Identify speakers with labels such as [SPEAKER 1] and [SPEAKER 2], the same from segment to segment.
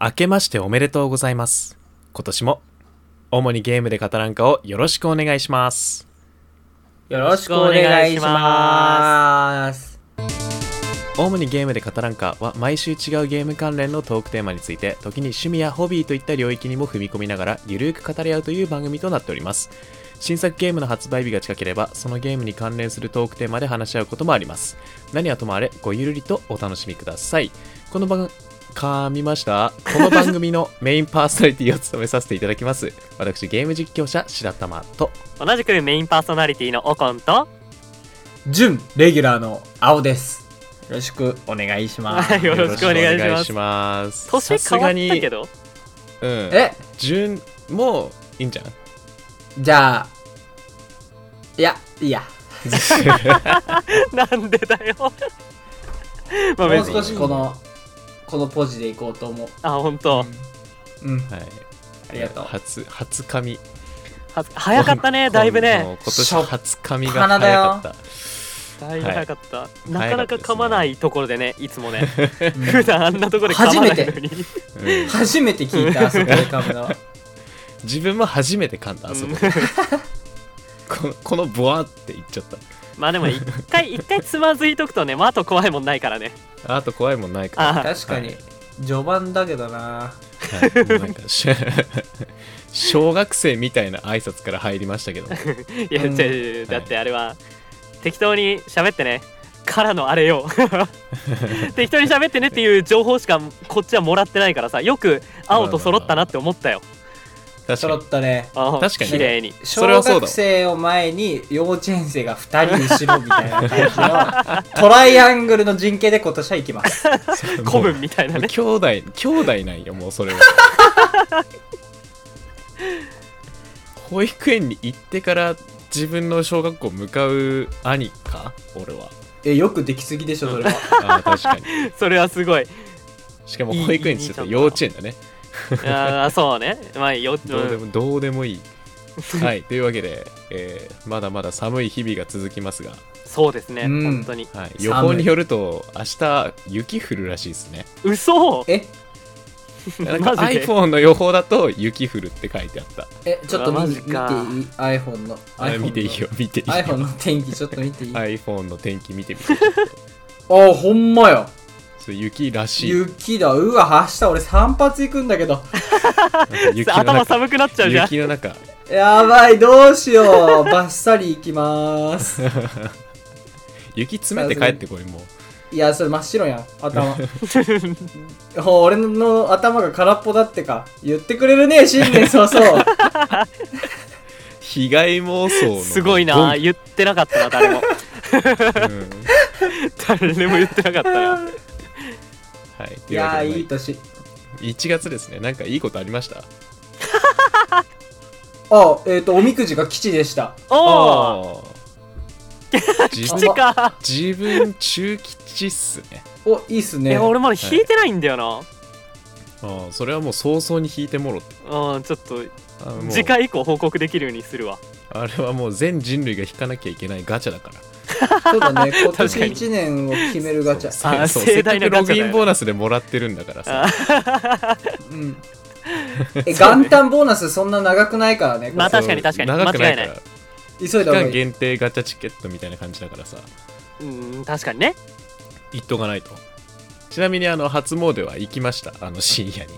[SPEAKER 1] 明けましておめでとうございます。今年も、主にゲームで語らんかをよろしくお願いします。
[SPEAKER 2] よろしくお願いします。
[SPEAKER 1] 主にゲームで語らんかは毎週違うゲーム関連のトークテーマについて時に趣味やホビーといった領域にも踏み込みながらゆるーく語り合うという番組となっております新作ゲームの発売日が近ければそのゲームに関連するトークテーマで話し合うこともあります何はともあれごゆるりとお楽しみくださいこの番噛みましたこの番組のメインパーソナリティを務めさせていただきます私ゲーム実況者白玉と
[SPEAKER 3] 同じくメインパーソナリティのオコンと
[SPEAKER 2] 準レギュラーの青です。よろしくお願いします。
[SPEAKER 3] はいよろしくお願いします
[SPEAKER 1] します
[SPEAKER 3] 年変わったけど
[SPEAKER 1] さすがにうん
[SPEAKER 2] え、
[SPEAKER 1] 順もういいんじゃん
[SPEAKER 2] じゃあ、いや、いいや。
[SPEAKER 3] なんでだよま
[SPEAKER 2] も
[SPEAKER 3] あ
[SPEAKER 2] う
[SPEAKER 3] 別に
[SPEAKER 2] 少しこの、このポジでいこうと思う。
[SPEAKER 3] あ本当
[SPEAKER 2] うん、
[SPEAKER 1] はい、
[SPEAKER 2] ありがとう。
[SPEAKER 1] 初初髪
[SPEAKER 3] は早かったねだいぶ
[SPEAKER 1] も
[SPEAKER 3] ね
[SPEAKER 1] う今年
[SPEAKER 2] しょっ
[SPEAKER 1] 初髪が
[SPEAKER 2] ぱなだ
[SPEAKER 1] 早
[SPEAKER 2] よ
[SPEAKER 1] かった
[SPEAKER 3] だいぶ早かった、
[SPEAKER 1] い
[SPEAKER 3] なかなか噛まないところでねいつもね
[SPEAKER 2] うん
[SPEAKER 3] 普段あんなところで噛まないのに
[SPEAKER 1] うん
[SPEAKER 2] 初めて聞いた、あそこで噛むの。
[SPEAKER 1] 自分も初めて噛んだあそこで、このこのボワって言っちゃっ
[SPEAKER 3] まあでも一回一回つまずいとくとねまああと怖いもんないからね
[SPEAKER 1] たあと怖いもんないから
[SPEAKER 3] あ
[SPEAKER 2] 確かに、序盤だけどな。
[SPEAKER 1] はいもうなんかし 小学生みたいな挨拶から入りましたけど
[SPEAKER 3] いや、
[SPEAKER 2] うん
[SPEAKER 3] 違う違う違うだってあれは、適当に喋ってねからのあれよ適当に喋ってねっていう情報しかこっちはもらってないからさよく青と揃ったなって思ったよ
[SPEAKER 1] 確か
[SPEAKER 2] 揃
[SPEAKER 1] に
[SPEAKER 2] ったね。
[SPEAKER 3] あ
[SPEAKER 1] 確かに
[SPEAKER 3] 綺麗に
[SPEAKER 1] そ
[SPEAKER 2] 小
[SPEAKER 1] れはそうだ
[SPEAKER 2] 学生を前に幼稚園生が2人後ろみたいな感じのトライアングルの陣形で今年は行きます。
[SPEAKER 3] 古
[SPEAKER 1] も
[SPEAKER 3] 文みたいうな
[SPEAKER 1] もう
[SPEAKER 3] ね
[SPEAKER 1] 兄弟兄弟なんよもうそれは 保育園に行ってから自分の小学校向かう兄か俺は
[SPEAKER 2] え、よくできすぎでしょ、それは。
[SPEAKER 1] あー確かに
[SPEAKER 3] それはすごい
[SPEAKER 1] しかも保育園って言ったら幼稚園だね。
[SPEAKER 3] あーそうねまあよ、
[SPEAKER 1] どうで
[SPEAKER 3] うん
[SPEAKER 1] もどうでもいい。はい、というわけで、えーまだまだ寒い日々が続きますが、
[SPEAKER 3] そうですね、
[SPEAKER 2] うん
[SPEAKER 3] 本当に
[SPEAKER 1] はい、
[SPEAKER 2] い
[SPEAKER 1] 予報によると、明日雪降るらしいで すね。
[SPEAKER 3] 嘘
[SPEAKER 2] え、
[SPEAKER 1] なんか
[SPEAKER 3] マジで
[SPEAKER 1] iPhone の予報だと雪降るって書いてあった。
[SPEAKER 2] え、ちょっと
[SPEAKER 3] うわ
[SPEAKER 2] 見
[SPEAKER 3] マジか
[SPEAKER 2] 見ていい ?iPhone の。
[SPEAKER 1] あ
[SPEAKER 2] iPhone の
[SPEAKER 1] 見てい いよ。、見ていいよ。
[SPEAKER 2] iPhone の天気ちょっと見ていい、
[SPEAKER 1] iPhone の天気見てみて。
[SPEAKER 2] あ、ほんまや。
[SPEAKER 1] そう雪ら しい。
[SPEAKER 2] 雪だ。うわ、明日俺散髪行くんだけど。
[SPEAKER 1] なんか雪の
[SPEAKER 3] 頭
[SPEAKER 1] 中。
[SPEAKER 3] 寒くなっちゃうじゃん
[SPEAKER 1] 雪の中。
[SPEAKER 2] やばい、どうしよう。バッサリ行きまーす。
[SPEAKER 1] 雪詰めて帰ってこい、 もう。
[SPEAKER 2] いや、それ真っ白やん、 頭。ほう俺の頭が空っぽだってか。言ってくれるね、新年 早々。
[SPEAKER 1] 被害妄想の。
[SPEAKER 3] すごい
[SPEAKER 1] ゴン
[SPEAKER 3] な言ってなかったな誰も
[SPEAKER 1] うん
[SPEAKER 3] 誰も言ってなかったな
[SPEAKER 1] はい。と
[SPEAKER 2] いう
[SPEAKER 1] わ
[SPEAKER 2] や
[SPEAKER 1] け
[SPEAKER 2] ー、
[SPEAKER 1] で
[SPEAKER 2] いい年。
[SPEAKER 1] 1月ですね。なんかいいことありました
[SPEAKER 2] あ、えっ、と、おみくじが吉でした。
[SPEAKER 3] おお
[SPEAKER 1] あ
[SPEAKER 2] あ
[SPEAKER 1] 自
[SPEAKER 3] 吉か
[SPEAKER 1] 自分中吉っすね
[SPEAKER 2] お、いいっすね。
[SPEAKER 3] え俺まだ引いてないんだよな、
[SPEAKER 1] ああそれはもう早々に引いてもろって
[SPEAKER 3] うんちょっと
[SPEAKER 1] あもう
[SPEAKER 3] 次回以降報告できるようにするわ
[SPEAKER 1] あれはもう全人類が引かなきゃいけないガチャだから
[SPEAKER 2] そうだ ね、今
[SPEAKER 3] 確
[SPEAKER 2] 年
[SPEAKER 3] かに
[SPEAKER 2] 1年を決めるガチャ。
[SPEAKER 1] そう
[SPEAKER 3] あ
[SPEAKER 1] そうせ
[SPEAKER 3] 盛
[SPEAKER 1] っか
[SPEAKER 3] 大な
[SPEAKER 1] く
[SPEAKER 3] ガ
[SPEAKER 1] ロ
[SPEAKER 3] チャだ
[SPEAKER 1] グ
[SPEAKER 3] よね
[SPEAKER 1] インボーナスでもらってるんだからさ
[SPEAKER 3] あ
[SPEAKER 2] うん。え、元旦ボーナスそんな長くないからね。
[SPEAKER 3] まあ
[SPEAKER 1] そう
[SPEAKER 3] 確かに確かに
[SPEAKER 1] 長くないか
[SPEAKER 3] 間違い
[SPEAKER 1] ら
[SPEAKER 2] 急い
[SPEAKER 1] 期
[SPEAKER 2] だ方が
[SPEAKER 1] 間
[SPEAKER 2] いい。
[SPEAKER 1] 限定ガチャチケットみたいな感じだからさ
[SPEAKER 3] うん確かにね
[SPEAKER 1] 行っとかないとちなみにあの初詣は行きましたあの深夜に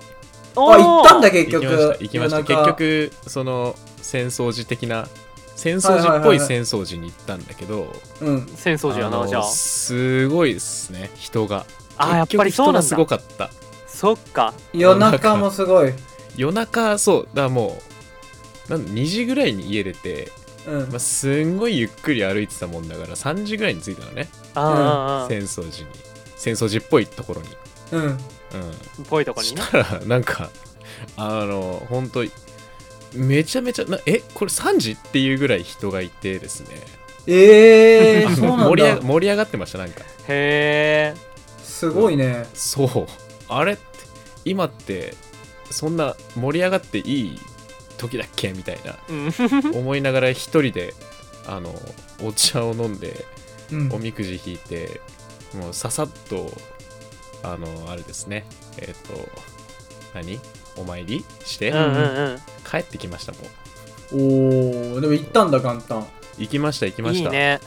[SPEAKER 3] お
[SPEAKER 2] あ、行ったんだ、
[SPEAKER 3] け
[SPEAKER 2] 結局。
[SPEAKER 1] 行きました行きました
[SPEAKER 2] 夜中
[SPEAKER 1] 結。局その戦争時的な戦争時っぽい戦争時に行ったんだけど、
[SPEAKER 2] うん。
[SPEAKER 3] 戦争時や
[SPEAKER 1] あ
[SPEAKER 3] な
[SPEAKER 1] の
[SPEAKER 3] じゃあ
[SPEAKER 1] すごいですね人が
[SPEAKER 3] あやっ
[SPEAKER 1] 結
[SPEAKER 3] ぱ
[SPEAKER 1] 局
[SPEAKER 3] りそう
[SPEAKER 1] 人
[SPEAKER 3] な
[SPEAKER 1] が
[SPEAKER 3] ん
[SPEAKER 1] す
[SPEAKER 3] だ
[SPEAKER 1] ごかった
[SPEAKER 3] そっか
[SPEAKER 2] 夜中もすごい。
[SPEAKER 1] 夜中そうだからもうなん2時ぐらいに家出て、
[SPEAKER 2] うん
[SPEAKER 1] まあ、。すんごいゆっくり歩いてたもんだから3時ぐらいに着いたのね
[SPEAKER 3] あーあー
[SPEAKER 1] 戦争時に戦争時っぽいところに、
[SPEAKER 2] うん。
[SPEAKER 1] うん、
[SPEAKER 3] あーぽいとこに
[SPEAKER 1] し
[SPEAKER 3] ね
[SPEAKER 1] たらなんかあの本当めちゃめちゃなえこれ3時っていうぐらい人がいてですね
[SPEAKER 2] ええ
[SPEAKER 1] あ
[SPEAKER 2] ー、
[SPEAKER 1] の
[SPEAKER 2] そうなん
[SPEAKER 1] 盛り上
[SPEAKER 2] だ。
[SPEAKER 1] 盛り上がってましたなんか
[SPEAKER 3] へえ
[SPEAKER 2] すごいね。
[SPEAKER 1] そうあれって今ってそんな盛り上がっていい時だっけみたいな思いながら一人であのお茶を飲んで
[SPEAKER 2] うん
[SPEAKER 1] お。みくじ引いてもうささっとあのあれですねえっ、と何お参りして、
[SPEAKER 3] うんうん
[SPEAKER 1] 帰ってきましたもん
[SPEAKER 2] おーでも行ったんだ元旦
[SPEAKER 1] 行きました行き
[SPEAKER 3] う
[SPEAKER 1] ま
[SPEAKER 3] んい
[SPEAKER 1] し
[SPEAKER 3] い
[SPEAKER 1] た
[SPEAKER 3] ね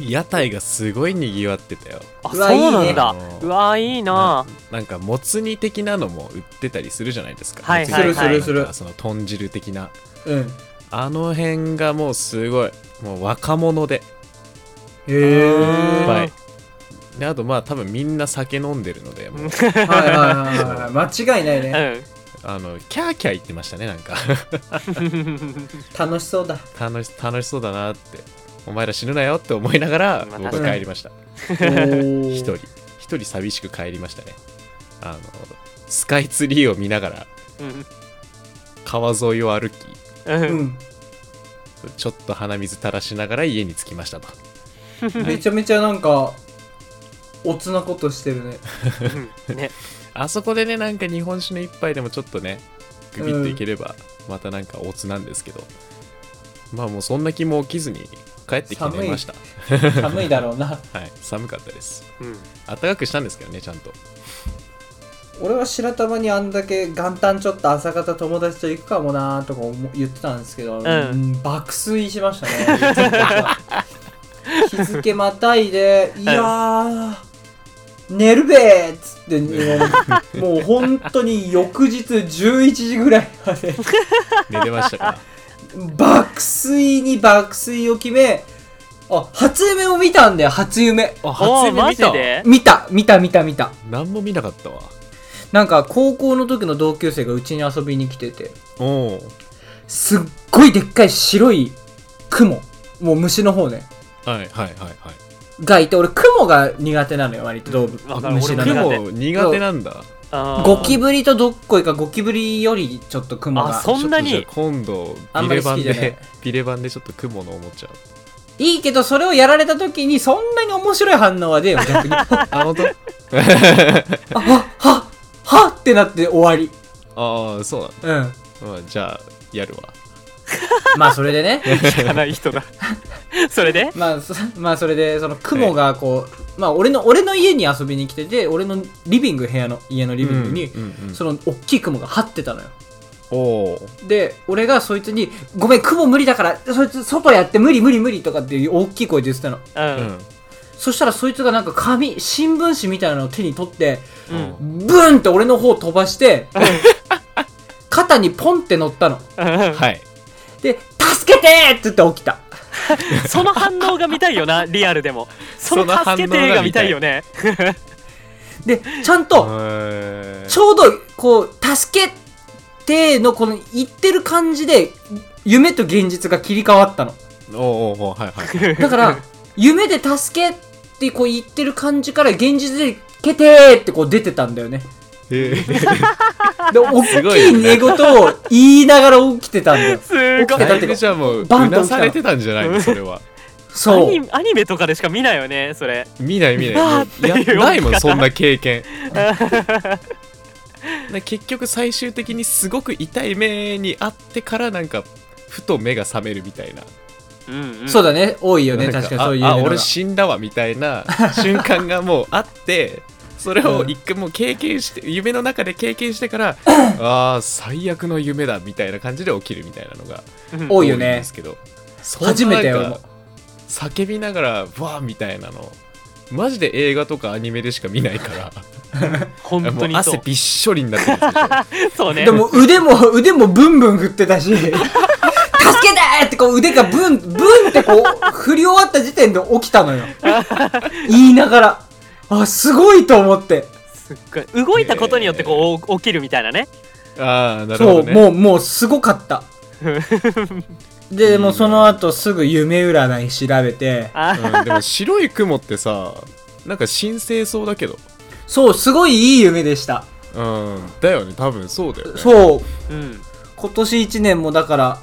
[SPEAKER 1] 屋台がすごいにぎわってたよ
[SPEAKER 3] あ
[SPEAKER 2] うわ
[SPEAKER 3] そうない
[SPEAKER 2] い
[SPEAKER 1] あ
[SPEAKER 2] ね
[SPEAKER 3] んだ
[SPEAKER 1] の
[SPEAKER 3] うわいいな
[SPEAKER 1] なんかもつ煮的なのも売ってたりするじゃないですか
[SPEAKER 3] はい
[SPEAKER 2] はいはいするするする
[SPEAKER 1] なんかその豚汁的な
[SPEAKER 2] うん
[SPEAKER 1] あの辺がもうすごいもう若者で
[SPEAKER 2] へえ
[SPEAKER 1] いっ
[SPEAKER 2] は
[SPEAKER 1] ぱ
[SPEAKER 2] い
[SPEAKER 1] いであとまあ多分みんな酒飲んでるのでもう
[SPEAKER 2] はいはいはいはい間違いないうね
[SPEAKER 3] ん
[SPEAKER 1] あのキャーキャー言ってましたねなんか
[SPEAKER 2] 楽しそうだ
[SPEAKER 1] 楽し楽しそうだなってお前ら死ぬなよって思いながら
[SPEAKER 3] まあ
[SPEAKER 1] 僕
[SPEAKER 3] 確
[SPEAKER 2] か
[SPEAKER 1] は
[SPEAKER 2] に
[SPEAKER 1] 帰りました
[SPEAKER 2] おー
[SPEAKER 1] 一人一人寂しく帰りましたねあのスカイツリーを見ながら川沿いを歩き
[SPEAKER 3] うんう
[SPEAKER 2] うんん
[SPEAKER 1] ちょっと鼻水垂らしながら家に着きましたと
[SPEAKER 2] めちゃめちゃなんかおつなことしてるね
[SPEAKER 3] うんね
[SPEAKER 1] あそこでねなんか日本酒の一杯でもちょっとねグビッといければまたなんかおつなんですけど、まあもうそんな気も起きずに帰ってきて寝ました
[SPEAKER 2] 寒いだろうな
[SPEAKER 1] はい寒かったです
[SPEAKER 3] うん
[SPEAKER 1] 暖かくしたんですけどねちゃんと
[SPEAKER 2] 俺は白玉にあんだけ元旦ちょっと朝方友達と行くかもなーとか思言ってたんですけど、
[SPEAKER 3] ん
[SPEAKER 2] うん爆睡しましたね 日付またいでいやー寝るべーっつって、もうもう本当に翌日11時ぐらいまで
[SPEAKER 1] 寝れましたから
[SPEAKER 2] 爆睡に爆睡を決めあ初夢を見たんだよ初夢
[SPEAKER 1] あ
[SPEAKER 3] お
[SPEAKER 1] 初
[SPEAKER 3] ー
[SPEAKER 1] 夢
[SPEAKER 3] マ
[SPEAKER 1] 見
[SPEAKER 3] ジ
[SPEAKER 1] たわ
[SPEAKER 3] で
[SPEAKER 2] 見た見た見た見た
[SPEAKER 1] 何も見なかったわ
[SPEAKER 2] なんか高校の時の同級生がうちに遊びに来てて
[SPEAKER 1] おお
[SPEAKER 2] すっごいでっかい白い雲もう虫の方ね
[SPEAKER 1] はいはいはいはい
[SPEAKER 2] がいて俺雲が苦手なのよ割と動物
[SPEAKER 3] わかる
[SPEAKER 2] 虫の
[SPEAKER 3] 俺も
[SPEAKER 2] 中
[SPEAKER 3] 手
[SPEAKER 1] 雲苦手なんだ
[SPEAKER 3] あー
[SPEAKER 2] ゴキブリとどっこいかゴキブリよりちょっと雲
[SPEAKER 3] あ
[SPEAKER 2] が
[SPEAKER 3] そんなに
[SPEAKER 1] ちょっとじゃあ今度
[SPEAKER 2] あ
[SPEAKER 1] ビ
[SPEAKER 2] んま
[SPEAKER 1] レ
[SPEAKER 2] り好
[SPEAKER 1] 版
[SPEAKER 2] きじゃない
[SPEAKER 1] でビレ版でちょっと雲のおも ちゃを
[SPEAKER 2] いいけどそれをやられた時にそんなに面白い反応は出よ逆 にあは
[SPEAKER 1] あ本当
[SPEAKER 2] ははってなって終わり
[SPEAKER 1] ああそう
[SPEAKER 2] う ん
[SPEAKER 1] なんだ、まあ、じゃあやるわ
[SPEAKER 2] まあそれでね
[SPEAKER 3] 聞かない人だ それで
[SPEAKER 2] まあ、そまあそれでその雲がこう、まあ俺の俺の家に遊びに来てて俺のリビング部屋の家のリビングに、
[SPEAKER 1] うんうんうん
[SPEAKER 2] その大きい雲が張ってたのよ
[SPEAKER 1] おお
[SPEAKER 2] で俺がそいつに「ごめん雲無理だからそいつ外やって無理無理無理」とかっていう大きい声で言ってたの
[SPEAKER 3] う
[SPEAKER 1] うんん
[SPEAKER 2] そしたらそいつがなんか紙新聞紙みたいなのを手に取って
[SPEAKER 3] う
[SPEAKER 1] うん
[SPEAKER 3] ん
[SPEAKER 2] ブンって俺の方飛ばして肩にポンって乗ったの
[SPEAKER 3] うん
[SPEAKER 1] はい
[SPEAKER 2] で「助けて!」って言って起きた
[SPEAKER 3] その反応が見たいよなリアルでもその助けてが見たいよね
[SPEAKER 2] でちゃんと、
[SPEAKER 1] へー
[SPEAKER 2] ちょうどこう助けてのこの言ってる感じで夢と現実が切り替わったの
[SPEAKER 1] おうおうおうはいはい
[SPEAKER 2] だ から夢で助けってこう言ってる感じから現実で「けて!」ってこう出てたんだよ ね
[SPEAKER 1] へー
[SPEAKER 2] で大
[SPEAKER 1] すご
[SPEAKER 2] きい
[SPEAKER 1] いね
[SPEAKER 2] 寝言を言いながら起きてた んだよ
[SPEAKER 3] す
[SPEAKER 2] 起
[SPEAKER 3] ご
[SPEAKER 2] きてた
[SPEAKER 3] い
[SPEAKER 1] だ
[SPEAKER 2] っ
[SPEAKER 1] い
[SPEAKER 2] て
[SPEAKER 1] ぶ
[SPEAKER 2] か
[SPEAKER 1] じゃあもうう
[SPEAKER 2] バンと
[SPEAKER 1] な
[SPEAKER 2] 起きた
[SPEAKER 1] されてたんじゃないのそれは
[SPEAKER 3] ア
[SPEAKER 2] そう
[SPEAKER 3] ニアニメとかでしか見ないよねそれ
[SPEAKER 1] 見ない 見
[SPEAKER 3] わ
[SPEAKER 1] な
[SPEAKER 3] ー
[SPEAKER 1] い
[SPEAKER 3] っ
[SPEAKER 1] もうや
[SPEAKER 3] ていう
[SPEAKER 1] ないもんそんな経 験で結局最終的にすごく痛い目にあってからなんかふと目が覚めるみたいな
[SPEAKER 3] うん
[SPEAKER 2] そう
[SPEAKER 3] だ
[SPEAKER 2] だね多いよね
[SPEAKER 1] なん
[SPEAKER 2] 確かにそういう
[SPEAKER 1] ああ
[SPEAKER 2] 夢
[SPEAKER 1] 俺
[SPEAKER 2] が
[SPEAKER 1] 死んだわみたい な瞬間がもうあってそれを一回もう経験して夢の中で経験して からああ最悪の夢だみたいな感じで起きるみたいなのが
[SPEAKER 2] 多いよね
[SPEAKER 1] んですけどそんな
[SPEAKER 2] 初めてよ
[SPEAKER 1] なんか叫びながらわあみたいなのマジで映画とかアニメでしか見ないから
[SPEAKER 3] 本
[SPEAKER 1] も
[SPEAKER 3] 当
[SPEAKER 1] う
[SPEAKER 3] にそ
[SPEAKER 1] 汗
[SPEAKER 3] う
[SPEAKER 1] びっしょりになってる やつでしょ
[SPEAKER 3] そうね
[SPEAKER 2] でも腕も腕もブンブン振って たし助けてーってこう腕がブンブンってこう振り終わった時点で起きたの よ言いながらあすごいと思って
[SPEAKER 3] すっごい動いたことによってこうお起きるみたいなね
[SPEAKER 1] ああなるほ
[SPEAKER 2] そ
[SPEAKER 1] ど
[SPEAKER 2] う
[SPEAKER 1] ね
[SPEAKER 2] もうもうすごかった でもうその後すぐ夢占い調べて
[SPEAKER 3] あ
[SPEAKER 1] うんでも白い雲ってさなんか神聖そうだけど
[SPEAKER 2] そうすごいいい夢でした
[SPEAKER 1] うんだよね多分そうだよね
[SPEAKER 2] そう
[SPEAKER 3] うん
[SPEAKER 2] 今年1年もだから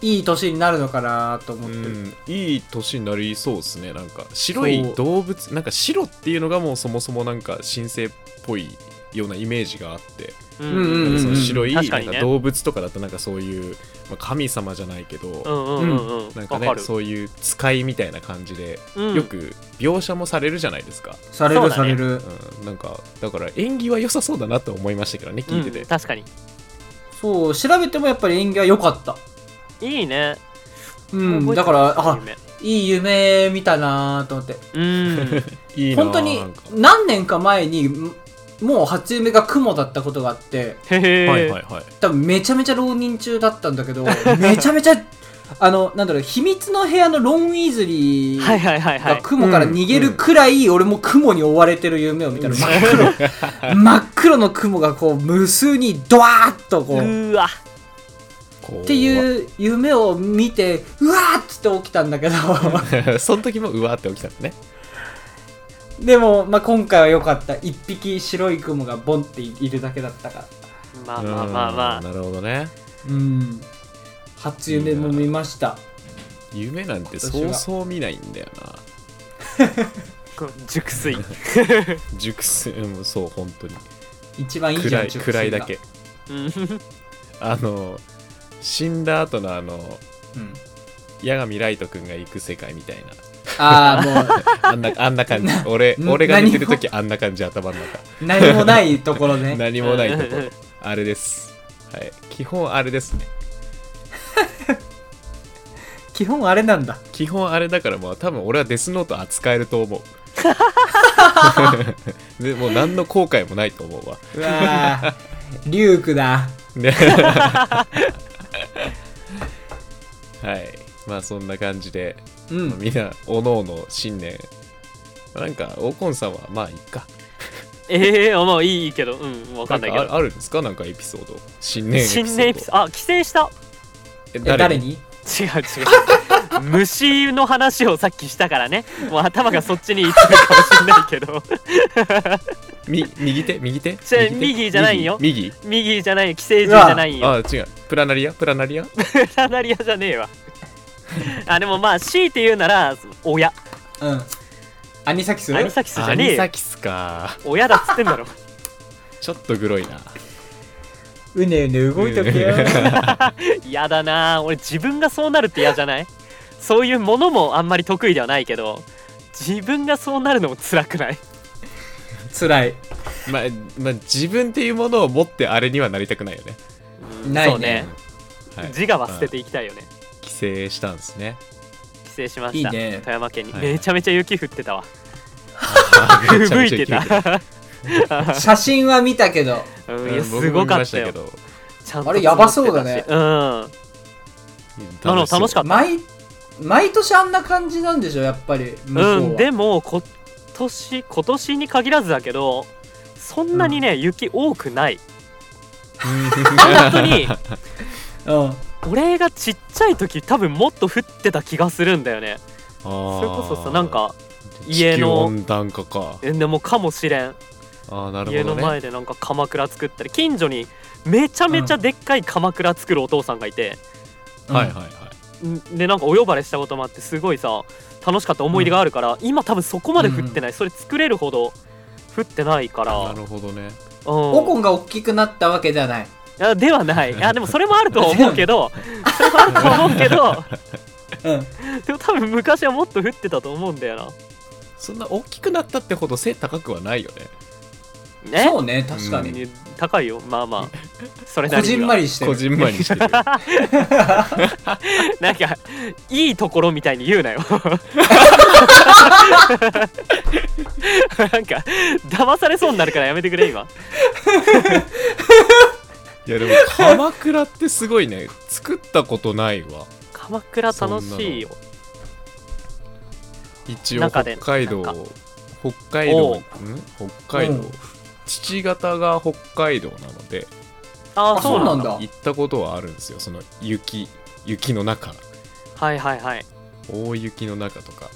[SPEAKER 2] いい年になるのかなと思
[SPEAKER 1] う
[SPEAKER 2] ってる、
[SPEAKER 1] ん、いい年になりそうですねなんか白い
[SPEAKER 2] そう
[SPEAKER 1] 動物なんか白っていうのがもうそもそもなんか神聖っぽいようなイメージがあって
[SPEAKER 3] うん
[SPEAKER 2] うんうん
[SPEAKER 1] なんかその白い、
[SPEAKER 3] 確かに
[SPEAKER 1] な
[SPEAKER 3] ね
[SPEAKER 1] んか動物とかだとなんかそういう、まあ、神様じゃないけど、
[SPEAKER 3] うんうんうんうん
[SPEAKER 1] なん
[SPEAKER 3] わ
[SPEAKER 1] かね
[SPEAKER 3] かる
[SPEAKER 1] そういう使いみたいな感じで、
[SPEAKER 3] うん
[SPEAKER 1] よく描写もされるじゃないですか、
[SPEAKER 2] される、
[SPEAKER 3] そうだ
[SPEAKER 2] さ
[SPEAKER 3] ね
[SPEAKER 2] れる
[SPEAKER 1] うん、なんかだから演技は良さそうだなと思いましたけどね聞いてて、
[SPEAKER 3] うん確かに
[SPEAKER 2] そう調べてもやっぱり演技は良かった
[SPEAKER 3] いいね
[SPEAKER 2] うん
[SPEAKER 3] 覚えて
[SPEAKER 2] だから あ
[SPEAKER 3] る
[SPEAKER 2] いい夢見たなーと思って
[SPEAKER 3] 夢うん
[SPEAKER 1] いいなあ
[SPEAKER 2] 本当に
[SPEAKER 1] なんか
[SPEAKER 2] 何年か前にんもう初夢が雲だったことがあって
[SPEAKER 3] へえ
[SPEAKER 1] はいはいはい
[SPEAKER 2] 多分めちゃめちゃ浪人中だったんだけどめちゃめちゃあのなんだろう秘密の部屋のロン・ウィーズリ
[SPEAKER 3] はい
[SPEAKER 2] ー
[SPEAKER 3] はいはいは
[SPEAKER 2] が
[SPEAKER 3] い
[SPEAKER 2] 雲から逃げるくらい俺も雲に追われてる夢を見たら真っ 黒真っ黒の雲がこう無数にドワーッとこ
[SPEAKER 3] う
[SPEAKER 2] う
[SPEAKER 3] ーわ
[SPEAKER 1] こう
[SPEAKER 2] っていう夢を見てうわーっつって起きたんだけど
[SPEAKER 1] その時もう わーって起きたのね
[SPEAKER 2] でも、まあ、今回は良かった一匹白い雲がボンっているだけだったから
[SPEAKER 3] まあまあまあまあ
[SPEAKER 1] うんなるほどね
[SPEAKER 2] うん初夢も見ました
[SPEAKER 1] 夢なんてそうそう見ないんだよな
[SPEAKER 3] こう熟睡
[SPEAKER 1] 熟睡うんそう本当に
[SPEAKER 2] 一番いいじゃ
[SPEAKER 1] 暗
[SPEAKER 2] ん
[SPEAKER 1] い暗いだ、け
[SPEAKER 3] うん
[SPEAKER 1] あの死んだ後のあの
[SPEAKER 2] うん、
[SPEAKER 1] 八神ライト君が行く世界みたいな
[SPEAKER 2] ああも
[SPEAKER 1] あん なあんな感じ俺
[SPEAKER 2] ん
[SPEAKER 1] 俺が寝てる
[SPEAKER 2] 何も
[SPEAKER 1] 時あんな感じ頭の中
[SPEAKER 2] う何もないところね
[SPEAKER 1] 何 もないとこ
[SPEAKER 3] うん
[SPEAKER 1] あれですはい基本あれですね
[SPEAKER 2] 基本あれなんだ
[SPEAKER 1] 基本あれだからもう多分俺はデスノート扱えると 思う でもう何の後悔もないと思うわ
[SPEAKER 2] うわー リュークだ
[SPEAKER 1] ねはいまあそんな感じで、
[SPEAKER 2] う
[SPEAKER 1] まあ
[SPEAKER 2] ん
[SPEAKER 1] みんなおのおの新年なんかオーコンさんはまあいっか
[SPEAKER 3] ええもういいけどうんわかんないけ
[SPEAKER 1] なんか
[SPEAKER 3] ど
[SPEAKER 1] ああるんですかなんかエピソード新年エピソード
[SPEAKER 3] 新年エピソードあ帰省した
[SPEAKER 1] え
[SPEAKER 2] え誰に
[SPEAKER 3] 違う違う虫の話をさっきしたからねもう頭がそっちに行ってるかもしれないけど
[SPEAKER 1] み右手右手
[SPEAKER 3] 違う
[SPEAKER 1] 手
[SPEAKER 3] 右じゃないよ
[SPEAKER 1] 右
[SPEAKER 3] 右じゃない寄生獣じゃない
[SPEAKER 1] 右
[SPEAKER 3] よ
[SPEAKER 1] あ違うプラナリアプラナリア
[SPEAKER 3] プラナリアじゃねえわあでもまあ強いて言うなら親
[SPEAKER 2] うんアニサキス
[SPEAKER 3] アニサキスじゃねえよ
[SPEAKER 1] キスか
[SPEAKER 3] 親だっつってんだろ
[SPEAKER 1] ちょっとグロいな
[SPEAKER 2] うねうね動いとけよ
[SPEAKER 3] 嫌だな俺自分がそうなるって嫌じゃないそういうものもあんまり得意ではないけど自分がそうなるのも辛くない
[SPEAKER 2] 辛い
[SPEAKER 1] まあ、まあ、自分っていうものを持ってあれにはなりたくないよね、
[SPEAKER 2] ないね
[SPEAKER 3] そうね、
[SPEAKER 1] はい、
[SPEAKER 3] 自我は捨てていきたいよね
[SPEAKER 1] 帰省したんです ね
[SPEAKER 3] 帰省しました
[SPEAKER 2] いいね
[SPEAKER 3] 富山県に、
[SPEAKER 1] はい
[SPEAKER 3] めちゃめちゃ雪降ってたわ
[SPEAKER 1] め
[SPEAKER 3] 吹
[SPEAKER 1] ちゃめち
[SPEAKER 3] 雪
[SPEAKER 1] ゃ
[SPEAKER 3] いてた、
[SPEAKER 2] 写真は見た けど
[SPEAKER 3] うん、 い
[SPEAKER 1] うん
[SPEAKER 3] や
[SPEAKER 1] 僕も
[SPEAKER 3] すごか
[SPEAKER 1] 見
[SPEAKER 3] っ
[SPEAKER 1] ました
[SPEAKER 3] よ
[SPEAKER 1] けど
[SPEAKER 3] ちゃんと
[SPEAKER 2] あれやばそうだね
[SPEAKER 3] 積もってたし
[SPEAKER 1] う
[SPEAKER 3] あの楽しかっ
[SPEAKER 2] 毎毎年あんな感じなんでしょやっぱり向こうは
[SPEAKER 3] うん、うん、でも今年今年に限らずだけどそんなにね、雪多くない 本当に
[SPEAKER 2] うん
[SPEAKER 3] 俺がちっちゃい時多分もっと降ってた気がするんだよねそれこそさなんか家
[SPEAKER 1] 地
[SPEAKER 3] の
[SPEAKER 1] 球温暖化か
[SPEAKER 3] えでもかもしれん、
[SPEAKER 1] ああなるほど、ね、
[SPEAKER 3] 家の前でなんか鎌倉作ったり近所にめちゃめちゃでっかい鎌倉作るお父さんがいて、
[SPEAKER 1] はいはいはい
[SPEAKER 3] んでなんかお呼ばれしたこともあってすごいさ楽しかった思い出があるから、今多分そこまで降ってない、それ作れるほど降ってないから
[SPEAKER 1] なるほどね
[SPEAKER 2] オ
[SPEAKER 3] う
[SPEAKER 2] コ
[SPEAKER 3] ん
[SPEAKER 2] ンが大きくなったわけではない
[SPEAKER 3] あで はないあでもそれもあるとは思うけどそれもあるとは思うけど
[SPEAKER 2] うん
[SPEAKER 3] でも多分昔はもっと降ってたと思うんだよ
[SPEAKER 1] そんな大きくなったってほど背高くはないよね
[SPEAKER 3] なね
[SPEAKER 2] そうね確かに
[SPEAKER 3] ね高いよまあまあそれな
[SPEAKER 2] こ
[SPEAKER 3] りに
[SPEAKER 2] じ
[SPEAKER 3] は
[SPEAKER 2] んまりして
[SPEAKER 1] こ
[SPEAKER 2] る
[SPEAKER 1] じんまり してる
[SPEAKER 3] なんかいいところみたいに言うな よなんか騙されそうになるからやめてくれ今
[SPEAKER 1] いやでも鎌倉ってすごいね作ったことないわ
[SPEAKER 3] 鎌倉楽しいよ
[SPEAKER 1] 一応
[SPEAKER 3] 中
[SPEAKER 1] 北
[SPEAKER 3] で
[SPEAKER 1] 海道
[SPEAKER 3] なん
[SPEAKER 1] 北海道
[SPEAKER 3] おうん
[SPEAKER 1] 北海道、
[SPEAKER 2] うん
[SPEAKER 1] 父方が北海道なので
[SPEAKER 3] ああ
[SPEAKER 2] あそ
[SPEAKER 3] そう
[SPEAKER 2] う
[SPEAKER 3] な
[SPEAKER 2] なんん
[SPEAKER 3] だ
[SPEAKER 2] だ
[SPEAKER 1] 行ったことはあるんですよその雪雪の中
[SPEAKER 3] はいはい はい
[SPEAKER 1] 大雪の中とか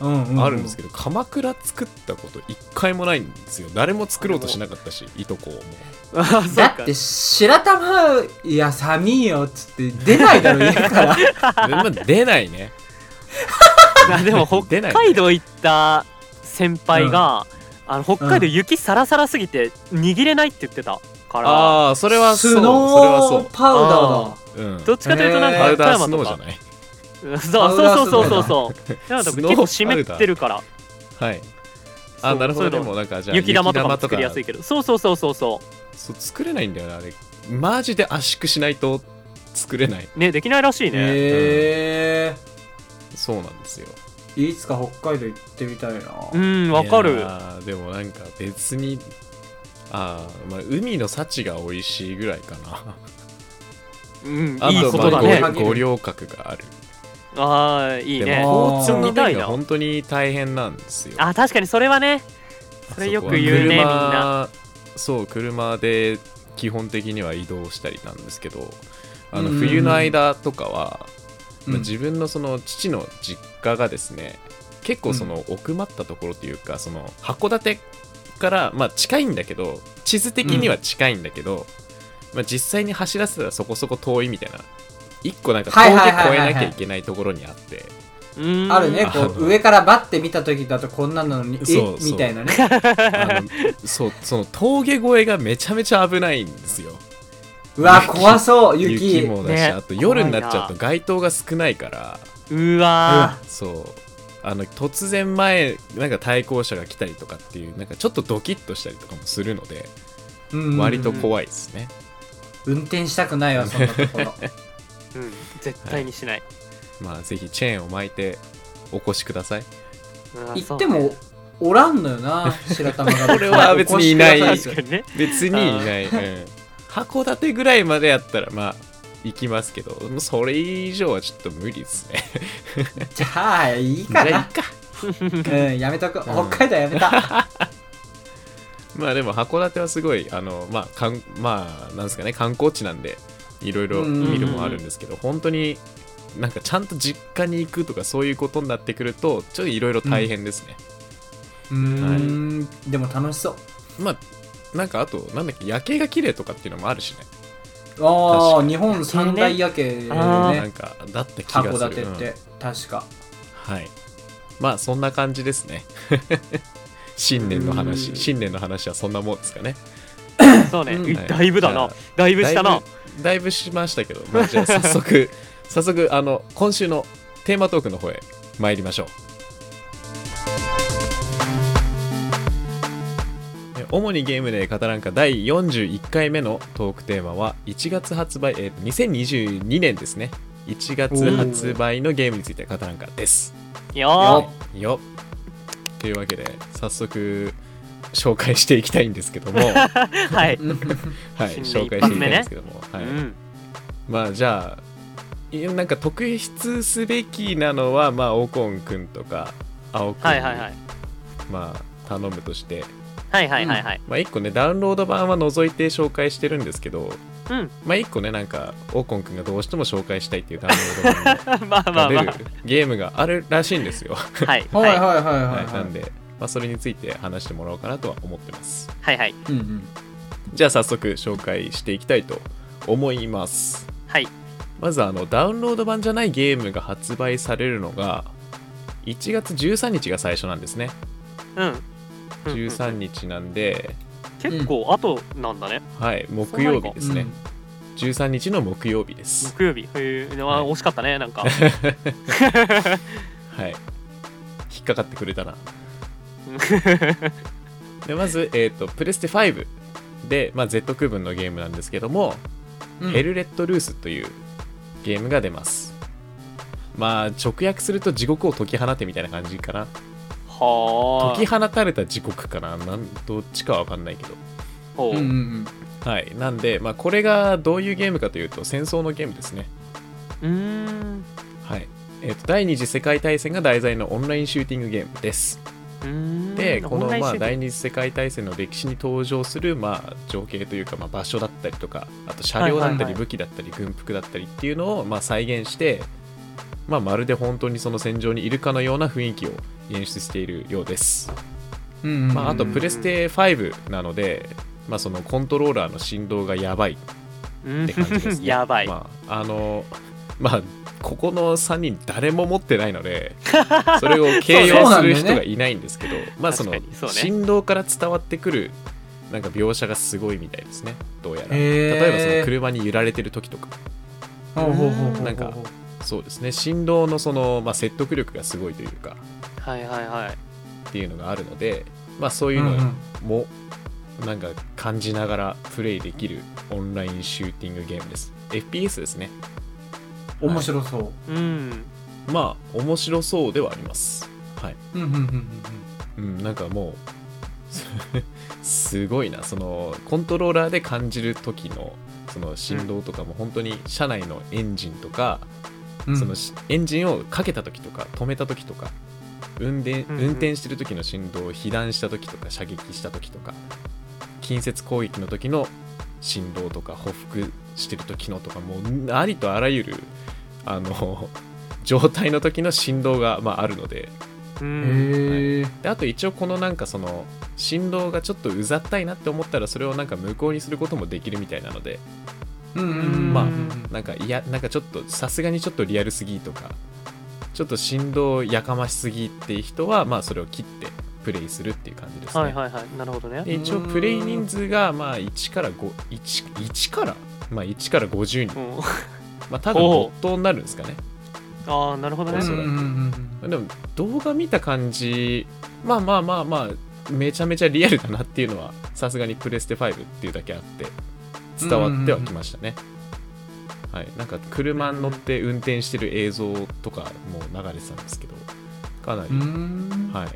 [SPEAKER 2] うんうん
[SPEAKER 1] あるんですけど、鎌倉作ったこと一回もないんですよ誰も作ろうとしなかったしいとこも
[SPEAKER 3] あーそう
[SPEAKER 2] だ
[SPEAKER 3] か
[SPEAKER 2] って白玉いや寒いよっつって出ないだろ家から
[SPEAKER 1] でまあ出ないね
[SPEAKER 3] あでも
[SPEAKER 1] 出
[SPEAKER 3] 北
[SPEAKER 1] ないね
[SPEAKER 3] 海道行った先輩が、あの北海道雪サラサラすぎて握れないって言ってたから
[SPEAKER 1] ああそれはそう
[SPEAKER 2] ス
[SPEAKER 1] それは
[SPEAKER 2] ノ
[SPEAKER 1] そ
[SPEAKER 2] ーパウダーだ
[SPEAKER 3] あ
[SPEAKER 1] う、うん、
[SPEAKER 3] どっちかというとなん
[SPEAKER 2] ー
[SPEAKER 1] パ
[SPEAKER 3] か
[SPEAKER 1] ウ
[SPEAKER 3] 富
[SPEAKER 1] ダー
[SPEAKER 3] 山
[SPEAKER 1] スノ
[SPEAKER 3] と
[SPEAKER 1] ーじゃ
[SPEAKER 3] か
[SPEAKER 1] ない
[SPEAKER 3] そうそうそうそうそうなので
[SPEAKER 1] ス
[SPEAKER 3] 結
[SPEAKER 1] ノー
[SPEAKER 3] 構湿ってるから
[SPEAKER 1] はいあ
[SPEAKER 3] そう
[SPEAKER 1] なるほ
[SPEAKER 3] そ
[SPEAKER 1] ど
[SPEAKER 3] ういう
[SPEAKER 1] で
[SPEAKER 3] の
[SPEAKER 1] もなんかじゃあ
[SPEAKER 3] 雪玉とかも作りやすいけどそうそうそうそうそ
[SPEAKER 1] そう作れないんだよなあれマジで圧縮しないと作れないう
[SPEAKER 3] ねできないらしいね、
[SPEAKER 2] へえ
[SPEAKER 1] そうなんですよ
[SPEAKER 2] いつか北海道行ってみたいな
[SPEAKER 3] うんわか
[SPEAKER 1] い
[SPEAKER 3] る
[SPEAKER 1] やーでもなんか別にあー、まあ海の幸が美味しいぐらいかな
[SPEAKER 3] うん
[SPEAKER 1] あ
[SPEAKER 3] いいこと
[SPEAKER 1] ま
[SPEAKER 3] だ
[SPEAKER 1] あ
[SPEAKER 3] ね
[SPEAKER 2] まあ
[SPEAKER 1] 五五稜郭がある
[SPEAKER 3] ああいい
[SPEAKER 1] で
[SPEAKER 3] ね
[SPEAKER 1] も交通
[SPEAKER 3] あー
[SPEAKER 1] の
[SPEAKER 3] 見たい
[SPEAKER 1] 便
[SPEAKER 3] な
[SPEAKER 1] が本当に大変なんですよ
[SPEAKER 3] あ確かにそれはねそれよく言うねみんな
[SPEAKER 1] なそう車で基本的には移動したりなんですけどあの
[SPEAKER 2] うんうんうん
[SPEAKER 1] 冬の間とかは、
[SPEAKER 2] うん
[SPEAKER 1] まあ自分のその父の実家がですね結構その奥まったところというか、その函館からまあ近いんだけど地図的には近いんだけど、まあ、実際に走らせたらそこそこ遠いみたいな一個なんか
[SPEAKER 2] はい
[SPEAKER 1] 峠
[SPEAKER 2] はい
[SPEAKER 1] 越
[SPEAKER 2] はいはい
[SPEAKER 1] え
[SPEAKER 2] はい
[SPEAKER 1] なきゃいけないところにあって、
[SPEAKER 3] うん
[SPEAKER 2] あるねこ
[SPEAKER 1] あ
[SPEAKER 2] う上からバッて見た時だとこんなのに
[SPEAKER 1] そう
[SPEAKER 2] え
[SPEAKER 1] そう
[SPEAKER 2] みたいなね
[SPEAKER 1] あ のそうその峠越えがめちゃめちゃ危ないんですよ。
[SPEAKER 2] うわ 怖そう
[SPEAKER 1] 雪
[SPEAKER 2] 雪
[SPEAKER 1] もだし、
[SPEAKER 3] ね
[SPEAKER 1] あと夜になっちゃうと街灯が少ないから
[SPEAKER 3] うわ
[SPEAKER 1] そうあの突然前なんか対向車が来たりとかっていうなんかちょっとドキッとしたりとかもするので
[SPEAKER 2] うん
[SPEAKER 1] 割と怖いですね、
[SPEAKER 2] 運転したくないわそんなところ
[SPEAKER 3] ーうん絶対にしない
[SPEAKER 1] まあぜひチェーンを巻いてお越しください
[SPEAKER 3] うん
[SPEAKER 2] 行
[SPEAKER 3] そう
[SPEAKER 2] ってもおらんのよな白玉 が
[SPEAKER 1] 俺は別にいない
[SPEAKER 2] お越しくださ
[SPEAKER 3] 確かにね
[SPEAKER 1] 別にいない、うん函館ぐらいまでやったらまあ行きますけどもうそれ以上はちょっと無理ですね
[SPEAKER 2] じゃあいいか
[SPEAKER 1] じゃあい
[SPEAKER 2] ない
[SPEAKER 1] か
[SPEAKER 2] うんやめとく北海道や めた
[SPEAKER 1] まあでも函館はすごいあのまあかんまあなんですかね観光地なんでいろいろ見るもあるんですけど、本当になんかちゃんと実家に行くとかそういうことになってくるとちょっといろいろ大変ですね、
[SPEAKER 2] うーんでも楽しそう
[SPEAKER 1] まあなんかあとなんだっけ夜景が綺麗とかっていうのもあるしね、確
[SPEAKER 2] あ
[SPEAKER 1] か
[SPEAKER 2] あ
[SPEAKER 1] に
[SPEAKER 2] 日本三大夜景
[SPEAKER 3] あー
[SPEAKER 1] なん
[SPEAKER 2] ね
[SPEAKER 1] かだった気がする
[SPEAKER 2] 函館っ
[SPEAKER 1] うん
[SPEAKER 2] て確 か
[SPEAKER 1] はいまあそんな感じですね 新年の
[SPEAKER 2] う
[SPEAKER 1] 話
[SPEAKER 2] ん
[SPEAKER 1] 新年の話はそんなもんですかね
[SPEAKER 3] そうね、
[SPEAKER 2] うん
[SPEAKER 3] だいぶだな
[SPEAKER 1] じゃ
[SPEAKER 3] だいぶした
[SPEAKER 1] だい
[SPEAKER 3] な
[SPEAKER 1] ぶだいぶしましたけど、まあ、じゃあ早 速早速あの今週のテーマトークの方へ参りましょうえ主にゲームで語らんか第41回目のトークテーマは1月発売、えー、2022年ですね1月発売のゲームについて語らんかです
[SPEAKER 3] よー
[SPEAKER 1] よっというわけで早速紹介していきたいんですけ ども、はい、
[SPEAKER 3] はい、
[SPEAKER 2] うん
[SPEAKER 1] 紹介していきたいんですけども、
[SPEAKER 3] う
[SPEAKER 1] はい、
[SPEAKER 3] ん、
[SPEAKER 1] まあじゃあいやなんか特筆すべきなのはまあオコン君とか青君
[SPEAKER 3] は
[SPEAKER 1] に
[SPEAKER 3] いはいはい
[SPEAKER 1] まあ頼むとして
[SPEAKER 3] はいはいはいはい
[SPEAKER 1] まあ一個ねダウンロード版は除いて紹介してるんですけど
[SPEAKER 3] うん
[SPEAKER 1] まあ一個ねなんかオコン君がどうしても紹介したいっていうダウンロード版
[SPEAKER 3] まあ まあま
[SPEAKER 1] が
[SPEAKER 3] あ
[SPEAKER 1] 出るゲームがあるらしいんですよ
[SPEAKER 3] はい
[SPEAKER 2] はいはい
[SPEAKER 3] は
[SPEAKER 1] は
[SPEAKER 2] はい
[SPEAKER 1] い
[SPEAKER 2] は
[SPEAKER 1] ないんでまあそれについて話してもらおうかなとは思ってます
[SPEAKER 3] いはい
[SPEAKER 2] うんうん
[SPEAKER 1] じゃあ早速紹介していきたいと思います
[SPEAKER 3] はい
[SPEAKER 1] まずあのダウンロード版じゃないゲームが発売されるのが1月13日が最初なんですね
[SPEAKER 3] うんうんうん
[SPEAKER 1] 13日なんで、
[SPEAKER 3] 結構後なんだね
[SPEAKER 1] はい木曜日で
[SPEAKER 2] です
[SPEAKER 1] ね、13日の木曜日です
[SPEAKER 3] 木曜日へえ、
[SPEAKER 1] は
[SPEAKER 3] はい惜しかったね なんか
[SPEAKER 1] はい引っかかってくれた なでまず、えー、とプレステ5で、まあ、Z 区分のゲームなんですけども、エルレットルースというゲームが出ますまあ直訳すると地獄を解き放てみたいな感じかな
[SPEAKER 3] はあ
[SPEAKER 1] 解き放たれた地獄かななんどっちかは分かんないけど
[SPEAKER 3] ほ
[SPEAKER 2] う
[SPEAKER 3] う
[SPEAKER 2] んうん
[SPEAKER 1] はい、なんで、まあ、これがどういうゲームかというと戦争のゲームですね、
[SPEAKER 3] うーん
[SPEAKER 1] はいえーと第二次世界大戦が題材のオンラインシューティングゲームです
[SPEAKER 3] うーん
[SPEAKER 1] でこの、
[SPEAKER 3] オンライン
[SPEAKER 1] まあ、
[SPEAKER 3] シューティン
[SPEAKER 1] 第二次世界大戦の歴史に登場する、まあ、情景というか、まあ、場所だったりとかあと車両だっ
[SPEAKER 3] はい
[SPEAKER 1] た
[SPEAKER 3] は
[SPEAKER 1] り
[SPEAKER 3] いはい
[SPEAKER 1] 武器だったり軍服だったりっていうのを、まあ、再現して、まあ、まるで本当にその戦場にいるかのような雰囲気を演出しているようです
[SPEAKER 2] うんうん
[SPEAKER 1] まあ、あとプレステ5なので、まあ、そのコントローラーの振動がやばいっ
[SPEAKER 3] グ
[SPEAKER 1] て感じです
[SPEAKER 3] うん
[SPEAKER 1] ね。
[SPEAKER 3] やばい、
[SPEAKER 1] まあ、あのまあここの3人誰も持ってないの でそれを形容する人がいないんですけど、まあその
[SPEAKER 3] 確かにそうね
[SPEAKER 1] 振動から伝わってくるなんか描写がすごいみたいですねどうやら、
[SPEAKER 2] へー
[SPEAKER 1] 例えばその車に揺られてる時とか
[SPEAKER 2] ほうほうほうほう
[SPEAKER 1] なんかそうですね振動のその、まあ、説得力がすごいというか
[SPEAKER 3] はいはいはい
[SPEAKER 1] っていうのがあるので、まあ、そう
[SPEAKER 2] う
[SPEAKER 1] いうん
[SPEAKER 2] うん
[SPEAKER 1] のもなんか感じながらプレイできるオンラインシューティングゲームです。FPS ですね。
[SPEAKER 2] 面白そう
[SPEAKER 3] うん
[SPEAKER 1] まあ面白そうではあります。はい。
[SPEAKER 2] うんうんうんうん
[SPEAKER 1] うん、 なんかもうすごいなそのコントローラーで感じる時のその振動とかも本当に車内のエンジンとか、
[SPEAKER 2] うん
[SPEAKER 1] そのしエンジンをかけた時とか止めた時とか運転
[SPEAKER 3] うんうん
[SPEAKER 1] 運転してる時の振動を被弾した時とか射撃した時とか近接攻撃の時の振動とか報復してる時のとかもうありとあらゆるあの状態の時の振動が、まあ、あるので
[SPEAKER 3] うん
[SPEAKER 2] へえ
[SPEAKER 1] であと一応このなんかその振動がちょっとうざったいなって思ったらそれをなんか無効にすることもできるみたいなので
[SPEAKER 2] うんうんうん
[SPEAKER 1] まあ
[SPEAKER 2] うん
[SPEAKER 1] なんかいやなんかちょっとさすがにちょっとリアルすぎとかちょっと振動やかましすぎっていう人はまあそれを切ってプレイするっていう感じですね、
[SPEAKER 3] はいはいはいなるほどね
[SPEAKER 1] で一応プレイ人数がまあ1から51 1からまあ1から50
[SPEAKER 3] う
[SPEAKER 1] 人、
[SPEAKER 3] ん
[SPEAKER 1] まあ、多分
[SPEAKER 3] おう
[SPEAKER 1] ボットになるんですかね
[SPEAKER 3] ああなるほどね
[SPEAKER 1] そう
[SPEAKER 2] うんうんうん
[SPEAKER 1] でも動画見た感じまあまあまあまあめちゃめちゃリアルだなっていうのはさすがにプレステ5っていうだけあって伝わってはきましたね、はいなんか車に乗って運転してる映像とかも流れてたんですけどかなり、
[SPEAKER 2] うん
[SPEAKER 1] はい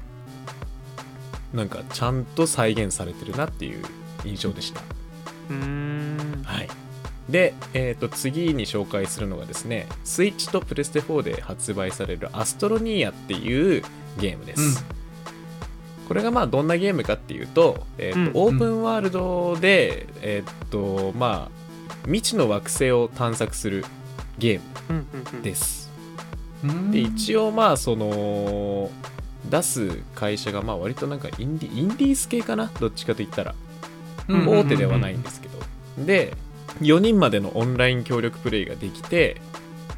[SPEAKER 1] なんかちゃんと再現されてるなっていう印象でした
[SPEAKER 3] うーん
[SPEAKER 1] はい、で、えー、と次に紹介するのがですねスイッチとプレステ4で発売される「アストロニア」っていうゲームです、これがまあどんなゲームかっていうと,、えーと
[SPEAKER 3] う
[SPEAKER 2] う
[SPEAKER 3] ん
[SPEAKER 1] オ
[SPEAKER 2] ん
[SPEAKER 1] ープンワールドで、えっ、とまあ未知の惑星を探索するゲーム
[SPEAKER 3] うんうんうん
[SPEAKER 1] です、
[SPEAKER 2] うん
[SPEAKER 1] で一応まあその出す会社がまあ割となんかインディインディース系かなどっちかといったら
[SPEAKER 2] うん
[SPEAKER 1] 大手ではないんですけど、で4人までのオンライン協力プレイができて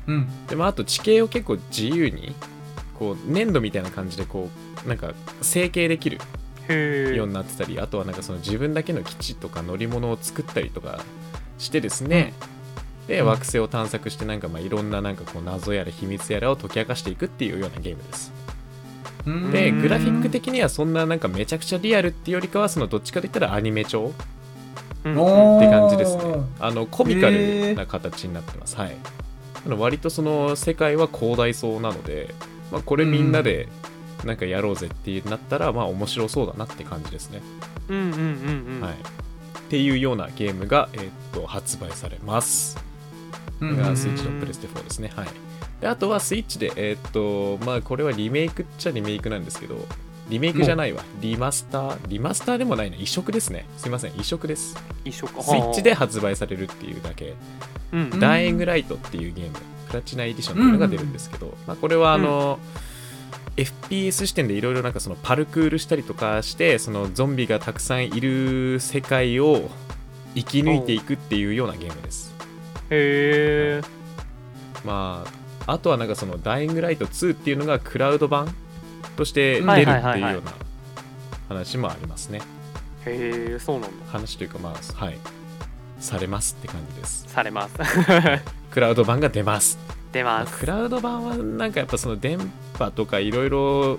[SPEAKER 2] うん
[SPEAKER 1] で、まあ、あと地形を結構自由にこう粘土みたいな感じでこうなんか成形できる
[SPEAKER 3] へえ
[SPEAKER 1] ようになってたりあとはなんかその自分だけの基地とか乗り物を作ったりとかしてですね、で
[SPEAKER 2] うん
[SPEAKER 1] 惑星を探索してなんかまあいろんななんかこう謎やら秘密やらを解き明かしていくっていうようなゲームです。
[SPEAKER 2] うん
[SPEAKER 1] でグラフィック的にはそんななんかめちゃくちゃリアルっていうよりかはそのどっちかといったらアニメ調
[SPEAKER 3] うんうん
[SPEAKER 2] お
[SPEAKER 1] っ
[SPEAKER 2] ー
[SPEAKER 1] て感じですね。あのコミカルな形になってます。はい。あの割とその世界は広大そうなので、まあ、これみんなでなんかやろうぜってなったら、まあ面白そうだなって感じですね。
[SPEAKER 3] うんうんうん
[SPEAKER 1] はい。っていうようなゲームが、えーっと発売されます。
[SPEAKER 2] うん
[SPEAKER 1] これ
[SPEAKER 2] う
[SPEAKER 1] が
[SPEAKER 2] ん
[SPEAKER 1] スイッチとプレステ4ですね。はい。であとはスイッチで、えーっと、まあこれはリメイクっちゃリメイクなんですけど、リメイクじゃないわ。リマスター、リマスターでもないな。移植ですね。すいません、移植です。
[SPEAKER 3] 一緒か
[SPEAKER 1] スイッチで発売されるっていうだけ。
[SPEAKER 3] うん
[SPEAKER 2] うん
[SPEAKER 1] ダイイングライトっていうゲーム、プラチナエディションっていうのが出るんですけど、まあ、これはあの、FPS 視点でいろいろなんかそのパルクールしたりとかして、そのゾンビがたくさんいる世界を生き抜いていくっていうようなゲームです。
[SPEAKER 3] へえ
[SPEAKER 1] まあ、あとはなんかそのダイイングライト2っていうのがクラウド版として出るっていうような話もありますね。
[SPEAKER 3] へえそうなんだ
[SPEAKER 1] 話というかまあ、はい。されますって感じです。
[SPEAKER 3] され ます
[SPEAKER 1] クラウド版が出ます。
[SPEAKER 3] 出
[SPEAKER 1] まあ
[SPEAKER 3] ます
[SPEAKER 1] クラウド版はなんかやっぱその電波とかいろいろ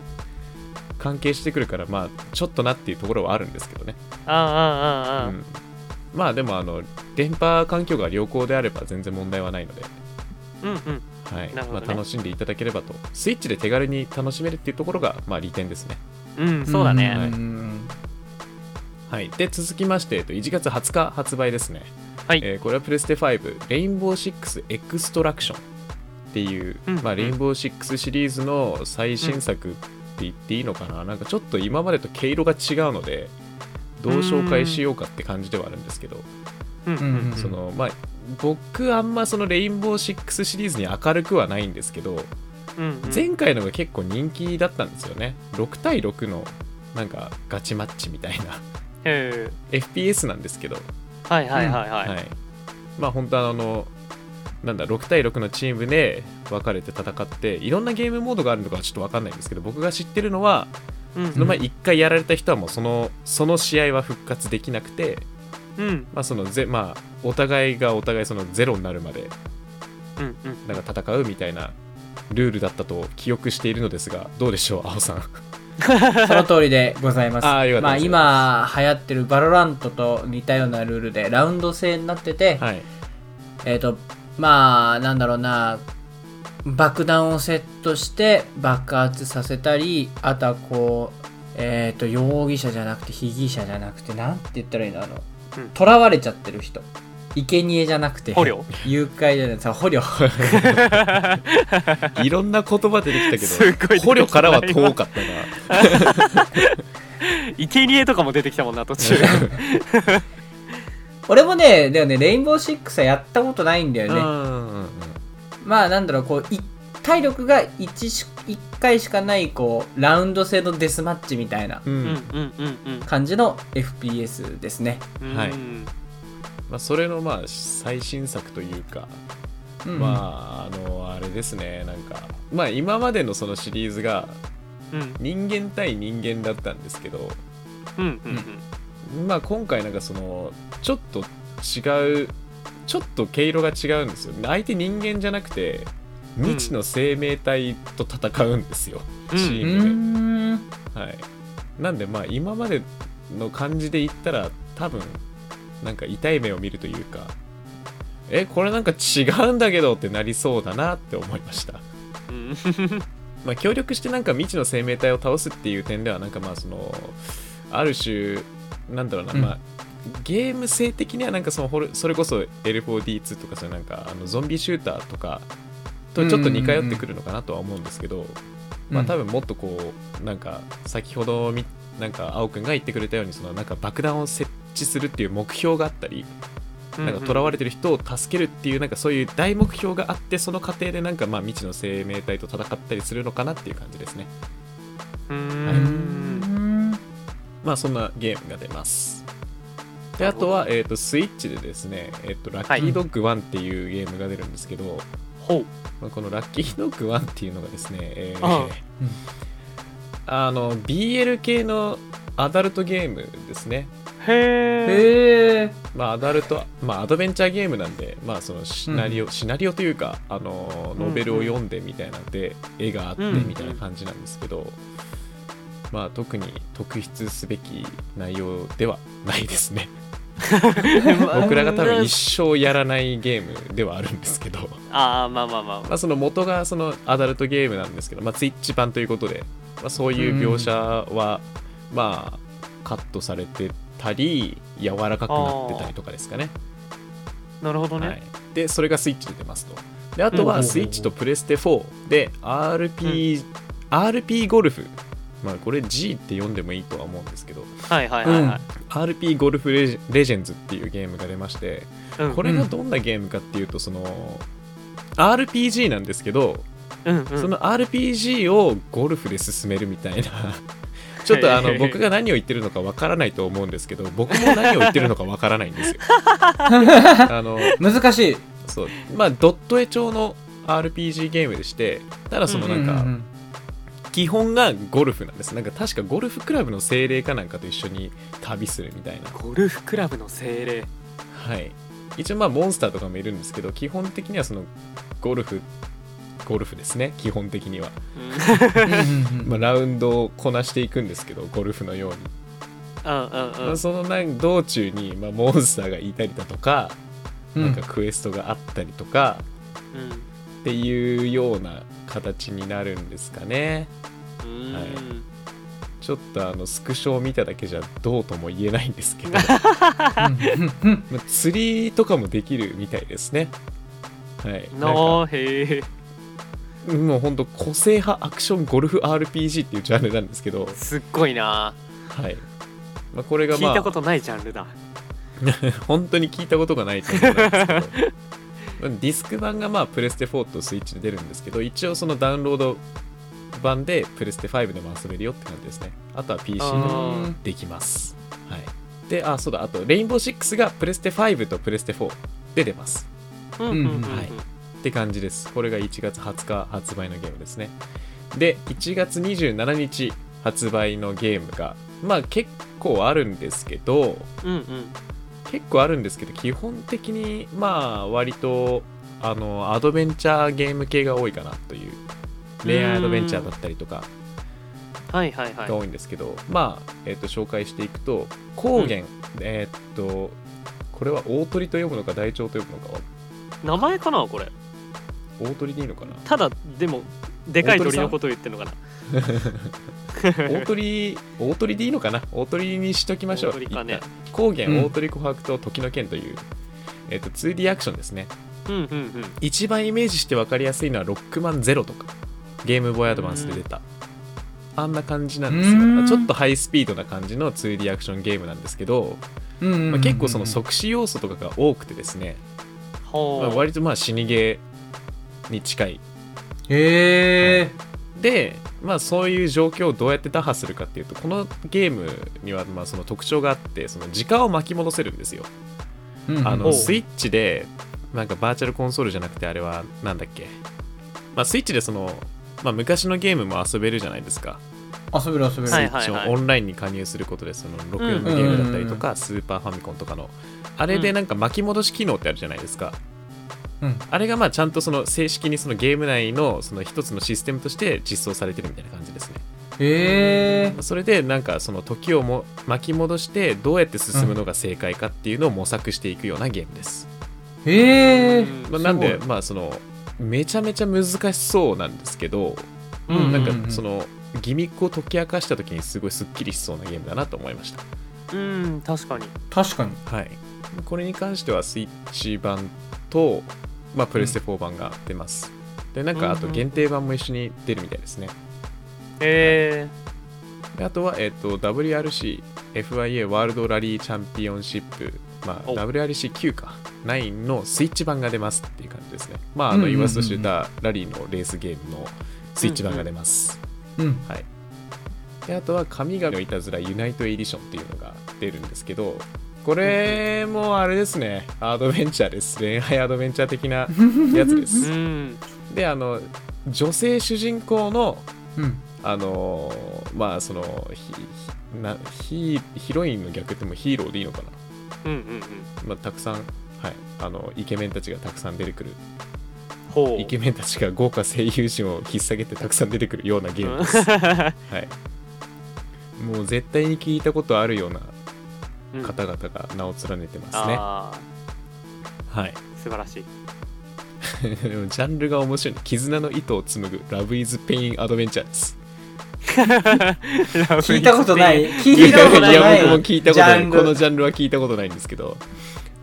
[SPEAKER 1] 関係してくるからまあちょっとなっていうところはあるんですけどね、
[SPEAKER 3] ああああああ
[SPEAKER 1] うんまあでもあの電波環境が良好であれば全然問題はないので、
[SPEAKER 3] うんうん
[SPEAKER 1] はい
[SPEAKER 3] なるほ
[SPEAKER 1] ま
[SPEAKER 3] ど
[SPEAKER 1] あ、
[SPEAKER 3] ね
[SPEAKER 1] 楽しんでいただければとスイッチで手軽に楽しめるっていうところがまあ利点ですね、
[SPEAKER 3] うんそうだね、
[SPEAKER 2] うんうん
[SPEAKER 1] はい、で続きまして、えっと、1月20日発売ですね、
[SPEAKER 3] はい
[SPEAKER 1] えーこれはプレステ5レインボー6エクストラクションっていう、
[SPEAKER 3] うん
[SPEAKER 1] まあ、
[SPEAKER 3] うん
[SPEAKER 1] レインボー6シリーズの最新作って言っていいのかな、なんかちょっと今までと毛色が違うのでどう紹介しようかって感じではあるんですけど、
[SPEAKER 3] うんうん
[SPEAKER 2] うん
[SPEAKER 1] そのまあ僕あんまそのレインボー6シリーズに明るくはないんですけど
[SPEAKER 3] うんうん
[SPEAKER 1] 前回のが結構人気だったんですよね6対6のなんかガチマッチみたいな
[SPEAKER 3] へえ
[SPEAKER 1] FPS なんですけど
[SPEAKER 3] はいはいはいはい、
[SPEAKER 1] はい、まあ本当はあのなんだ6対6のチームで分かれて戦っていろんなゲームモードがあるのかはちょっと分かんないんですけど僕が知ってるのは
[SPEAKER 3] うん
[SPEAKER 1] その前一回やられた人はもうそのその試合は復活できなくて、
[SPEAKER 3] うん
[SPEAKER 1] まあそのぜまあ、お互いがお互いそのゼロになるまで
[SPEAKER 3] うんうん
[SPEAKER 1] なんか戦うみたいなルールだったと記憶しているのですがどうでしょう青さ ん
[SPEAKER 2] その通りでございま す。
[SPEAKER 1] あーよかった
[SPEAKER 2] まあ
[SPEAKER 1] です
[SPEAKER 2] 今流行ってるバロラントと似たようなルールでラウンド制になってて、
[SPEAKER 1] はい
[SPEAKER 2] えっ、と、まあなんだろうな、爆弾をセットして爆発させたり、あとはこう、えっ、と、容疑者じゃなくて被疑者じゃなくて、なんて言ったらいいのあの
[SPEAKER 3] うん、
[SPEAKER 2] 囚われちゃってる人。生贄じゃなくて、
[SPEAKER 3] 捕虜
[SPEAKER 2] 誘拐じゃなくて、そう捕虜。
[SPEAKER 1] いろんな言葉出てき
[SPEAKER 3] す
[SPEAKER 1] たけ
[SPEAKER 3] ごい
[SPEAKER 1] ど捕虜からは遠か ったな
[SPEAKER 3] 生贄とかも出てきたもんな途中
[SPEAKER 2] 俺もね、でもね、レインボーシックスはやったことないんだよね。
[SPEAKER 1] うん
[SPEAKER 2] まあなんだろうこうい体力が 1, し1回しかないこうラウンド制のデスマッチみたいな
[SPEAKER 1] うんう
[SPEAKER 3] うん
[SPEAKER 1] ん
[SPEAKER 3] うんうん
[SPEAKER 2] 感じの FPS ですね。
[SPEAKER 3] うん
[SPEAKER 1] はい
[SPEAKER 3] うん
[SPEAKER 1] まあ、それのまあ最新作というか、
[SPEAKER 2] うん
[SPEAKER 1] まああのあれですねなんかまあ今までのそのシリーズが
[SPEAKER 3] うん
[SPEAKER 1] 人間対人間だったんですけど
[SPEAKER 3] うんうん
[SPEAKER 1] まあ今回なんかそのちょっと違うちょっと毛色が違うんですよ相手人間じゃなくて未知の生命体と戦うんですよ、
[SPEAKER 3] うん
[SPEAKER 1] チ
[SPEAKER 2] う
[SPEAKER 1] ームで、
[SPEAKER 2] ーん
[SPEAKER 1] はい、なんでまあ今までの感じで言ったら多分なんか痛い目を見るというかえこれなんか違うんだけどってなりそうだなって思いました、
[SPEAKER 3] うん
[SPEAKER 1] まあ、協力してなんか未知の生命体を倒すっていう点ではなんかまあそのある種なんだろうな、
[SPEAKER 2] うん
[SPEAKER 1] まあゲーム性的にはなんかそのホルそれこそ L4D2 とかそういうなんかあのゾンビシューターとかとちょっと似通ってくるのかなとは思うんですけど、まあ、多分もっとこうなんか先ほどみなんか青くんが言ってくれたようにそのなんか爆弾を設置するっていう目標があったりなんか囚われてる人を助けるっていうなんかそういう大目標があってその過程でなんかまあ未知の生命体と戦ったりするのかなっていう感じですね
[SPEAKER 3] う
[SPEAKER 2] う
[SPEAKER 1] は
[SPEAKER 2] ー
[SPEAKER 1] い
[SPEAKER 2] ん
[SPEAKER 3] ん
[SPEAKER 1] まあそんなゲームが出ますで
[SPEAKER 3] な
[SPEAKER 1] あ
[SPEAKER 3] るほど
[SPEAKER 1] とは、えー、とスイッチでですね、えー、とラッキードッグ1っていうゲームが出るんですけど、
[SPEAKER 3] ほう
[SPEAKER 1] まあこのラッキードッグ1っていうのがですね、えー
[SPEAKER 3] あ
[SPEAKER 1] あの BL 系のアダルトゲームですね
[SPEAKER 3] へえ
[SPEAKER 2] へえ
[SPEAKER 1] まあ、アダルト、まあ、アドベンチャーゲームなんで、まあ、そのシナリオ、シナリオというか、あの、ノベルを読んでみたいなんで、絵があってみたいな感じなんですけど、まあ、特に特筆すべき内容ではないです ね。僕らが多分一生やらないゲームではあるんですけ ど、
[SPEAKER 3] ああまあまあまあま
[SPEAKER 1] まあ、その元がそのアダルトゲームなんですけど、まあ、ツイッチ版ということで、まあ、そういう描写は、まあ、カットされてたり、柔らかくなってたりとかですかね。
[SPEAKER 3] あなるほど
[SPEAKER 1] は
[SPEAKER 3] ね
[SPEAKER 1] い、でそれがスイッチで出ますとであと
[SPEAKER 2] うん
[SPEAKER 1] はスイッチとプレステ4で RP,、RP ゴルフまあこれ G って読んでもいいとは思うんですけど
[SPEAKER 3] はいはいはいはい
[SPEAKER 1] RP ゴルフレジレジェンズっていうゲームが出まして
[SPEAKER 3] うん
[SPEAKER 1] これがどんなゲームかっていうとその RPG なんですけど
[SPEAKER 3] うんうん
[SPEAKER 1] その RPG をゴルフで進めるみたいな ちょっとあ
[SPEAKER 3] へ
[SPEAKER 1] の
[SPEAKER 3] え
[SPEAKER 1] 僕が何を言ってるのかわからないと思うんですけど僕も何を言ってるのかわからないん ですよあの
[SPEAKER 2] 難しい
[SPEAKER 1] そうまあドット絵調の RPG ゲームでしてただそのなん
[SPEAKER 2] う
[SPEAKER 1] か
[SPEAKER 2] ん
[SPEAKER 1] 基本がゴルフなんですなんか確かゴルフクラブの精霊かなんかと一緒に旅するみたいな
[SPEAKER 3] ゴルフクラブの精霊
[SPEAKER 1] はい一応まあモンスターとかもいるんですけど基本的にはそのゴルフゴルフですね基本的には、
[SPEAKER 2] うんうんうん
[SPEAKER 1] まあ、ラウンドをこなしていくんですけどゴルフのように、
[SPEAKER 3] うんうんうん
[SPEAKER 1] まあ、そのなん道中に、まあ、モンスターがいたりだとか
[SPEAKER 2] うん
[SPEAKER 1] なんかクエストがあったりとか、
[SPEAKER 3] うん
[SPEAKER 1] っていうような形になるんですかね
[SPEAKER 3] うん
[SPEAKER 1] はいちょっとあのスクショを見ただけじゃどうとも言えないんですけ ど
[SPEAKER 2] うんうん
[SPEAKER 1] まあ釣りとかもできるみたいですねはいなん
[SPEAKER 3] のへえ
[SPEAKER 1] かもうほんと個性派アクションゴルフ RPG っていうジャンルなんですけど、
[SPEAKER 3] すっごいな
[SPEAKER 1] はいまあ、これが
[SPEAKER 3] 聞
[SPEAKER 1] ま
[SPEAKER 3] いたこ
[SPEAKER 1] あ
[SPEAKER 3] とないジャンルだ
[SPEAKER 1] 本当に聞いたことがないと思うんですけどまあディスク版がまあプレステ4とスイッチで出るんですけど一応そのダウンロード版でプレステ5でも遊べるよって感じですねあとは PC でも
[SPEAKER 3] あ
[SPEAKER 1] できます。はい、で、あ、そうだ、あと、レインボーシックスがプレステ5とプレステ4で出ます。
[SPEAKER 3] ーうんうんうんうん
[SPEAKER 1] はいって感じです。これが1月20日発売のゲームですね。で、1月27日、発売のゲームがまあ結構あるんですけど
[SPEAKER 3] うんうん
[SPEAKER 1] 結構あるんですけど基本的にまあ割とあのアドベンチャーゲーム系が多いかなという恋愛アドベンチャーだったりとか
[SPEAKER 3] はいはいはい
[SPEAKER 1] が多いんですけど、まあ、えっと紹介していくと高原、えっとこれは大鳥と読むのか大鳥と読むのか
[SPEAKER 3] 名前かなこれ
[SPEAKER 1] 大鳥でいいの かな
[SPEAKER 3] ただでもでかい鳥のことを言ってるのかな
[SPEAKER 1] 大鳥大鳥でいいのかな大鳥にしときましょう
[SPEAKER 3] 大鳥かね
[SPEAKER 1] 一旦高原、
[SPEAKER 2] うん
[SPEAKER 1] 大鳥琥珀と時の剣という、えっと 2D アクションですね
[SPEAKER 3] うんうんうん
[SPEAKER 1] 一番イメージして分かりやすいのはロックマンゼロとかゲームボーイアドバンスで出たあんな感じなんです
[SPEAKER 2] う
[SPEAKER 1] よ
[SPEAKER 2] ん
[SPEAKER 1] ちょっとハイスピードな感じの 2D アクションゲームなんですけど、
[SPEAKER 2] うんうんうん
[SPEAKER 1] まあ、結構その即死要素とかが多くてですね、まあ
[SPEAKER 3] ほう
[SPEAKER 1] 割とまあ死にゲーに近い
[SPEAKER 2] へえ
[SPEAKER 1] で、まあ、そういう状況をどうやって打破するかっていうとこのゲームにはまあその特徴があってその時間を巻き戻せるんですよあ
[SPEAKER 3] お
[SPEAKER 1] の
[SPEAKER 3] う
[SPEAKER 1] スイッチでなんかバーチャルコンソールじゃなくてあれはなんだっけ、まあ、スイッチでその、まあ、昔のゲームも遊べるじゃないですか
[SPEAKER 2] 遊べる遊べる
[SPEAKER 3] はい
[SPEAKER 1] 一応
[SPEAKER 3] はい
[SPEAKER 1] オンラインに加入することでその64のゲームだったりとかスーパーファミコンとかのあれでなんか巻き戻し機能ってあるじゃないですか
[SPEAKER 2] うん
[SPEAKER 1] あれがまあちゃんとその正式にそのゲーム内のその一つのシステムとして実装されてるみたいな感じですね
[SPEAKER 2] へえ
[SPEAKER 1] それでなんかその時をも巻き戻してどうやって進むのが正解かっていうのを模索していくようなゲームです
[SPEAKER 2] へ
[SPEAKER 1] ま
[SPEAKER 2] え
[SPEAKER 1] あ、
[SPEAKER 2] すごい
[SPEAKER 1] なんでまあそのめちゃめちゃ難しそうなんですけど、
[SPEAKER 3] うんうん
[SPEAKER 1] な
[SPEAKER 3] うん
[SPEAKER 1] かそのギミックを解き明かした時にすごいスッキリしそうなゲームだなと思いました
[SPEAKER 3] うん確かに
[SPEAKER 2] 確かに
[SPEAKER 1] はいこれに関してはスイッチ版と、まあ、プレステ4版が出ます、でなんかあと限定版も一緒に出るみたいですね
[SPEAKER 3] え
[SPEAKER 1] であとは、えっと WRCFIA ワールドラリーチャンピオンシップ、まあ、
[SPEAKER 3] お
[SPEAKER 1] WRC9 か9のスイッチ版が出ますっていう感じですねまああの
[SPEAKER 2] うんうんうん
[SPEAKER 1] 言
[SPEAKER 2] うん
[SPEAKER 1] わずと知れたラリーのレースゲームのスイッチ版が出ます、
[SPEAKER 2] うん
[SPEAKER 1] はいであとは神々のいたずらユナイトエディションっていうのが出るんですけどこれもあれですねアドベンチャーです恋愛アドベンチャー的なやつで
[SPEAKER 3] ー、
[SPEAKER 1] す
[SPEAKER 3] うん
[SPEAKER 1] であの女性主人公の
[SPEAKER 2] うん
[SPEAKER 1] あのーまあそのひひなヒヒロインの逆ってもうヒーローでいいのかな、
[SPEAKER 3] うんうんうん
[SPEAKER 1] まあ、たくさん、はい、あのイケメンたちがたくさん出てくる
[SPEAKER 3] ほう
[SPEAKER 1] イケメンたちが豪華声優陣を引っ提げてたくさん出てくるようなゲーム です、はい、もう絶対に聞いたことあるような
[SPEAKER 3] うん
[SPEAKER 1] 方々が名を連ねてますね、
[SPEAKER 3] あ
[SPEAKER 1] はい、
[SPEAKER 3] ー素晴らしい
[SPEAKER 1] でもジャンルが面白い絆の糸を紡ぐラブイズペインアドベンチャーです
[SPEAKER 2] 聞
[SPEAKER 3] 聞
[SPEAKER 2] いたことない聞
[SPEAKER 3] 聞
[SPEAKER 2] いたことない
[SPEAKER 1] いや僕も聞いたことな
[SPEAKER 2] ジャ
[SPEAKER 1] い
[SPEAKER 2] ン
[SPEAKER 1] こ
[SPEAKER 2] ル
[SPEAKER 1] のジャンルは聞いたことないんですけど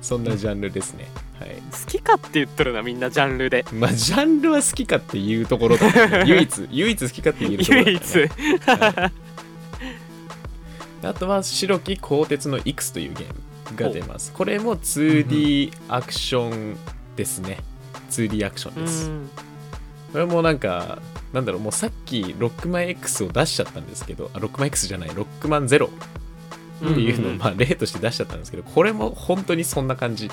[SPEAKER 1] そんなジャンルですねはい
[SPEAKER 3] 好きかって言っとるなみんなジャンルで
[SPEAKER 1] まあジャンルは好きかっていうところだ からね、唯一唯一好きかって言えるところだ
[SPEAKER 3] 唯
[SPEAKER 1] からね、
[SPEAKER 3] 一
[SPEAKER 1] あとは白き鋼鉄のイクスというゲームが出ますこれも 2D アクションですね 2D アクション
[SPEAKER 3] う
[SPEAKER 1] です
[SPEAKER 3] ん
[SPEAKER 1] これもなんかなんだろうもうさっきロックマン X を出しちゃったんですけどあロックマン X じゃないロックマンゼロっていうのを
[SPEAKER 3] ん
[SPEAKER 1] まあ例として出しちゃったんですけどこれも本当にそんな感じ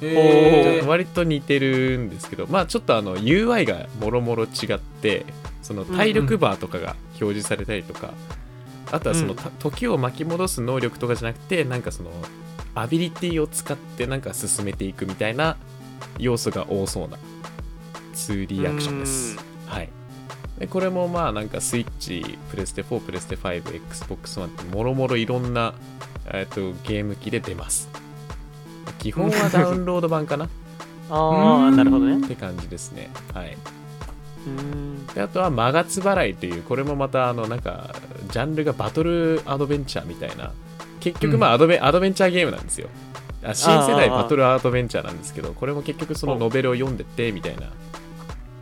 [SPEAKER 2] へー
[SPEAKER 1] 割と似てるんですけどまあちょっとあの UI がもろもろ違ってその体力バーとかが表示されたりとか、あとはその、
[SPEAKER 3] うん
[SPEAKER 1] た時を巻き戻す能力とかじゃなくてなんかそのアビリティを使ってなんか進めていくみたいな要素が多そうな 2D アクションです
[SPEAKER 3] うん。
[SPEAKER 1] はいでこれもまあなんかスイッチ、プレステ4、プレステ5、Xbox One ってもろもろいろんな、えっとゲーム機で出ます。基本はダウンロード版かなっ
[SPEAKER 3] ああなるほどね
[SPEAKER 1] て感じですね。はい、
[SPEAKER 3] うん
[SPEAKER 1] であとは「マガツ払い」というこれもまたあのなんかジャンルがバトルアドベンチャーみたいな結局まあアドベ,、アドベンチャーゲームなんですよあ新世代
[SPEAKER 3] ああああ
[SPEAKER 1] バトルアドベンチャーなんですけどこれも結局そのノベルを読んでってみたいな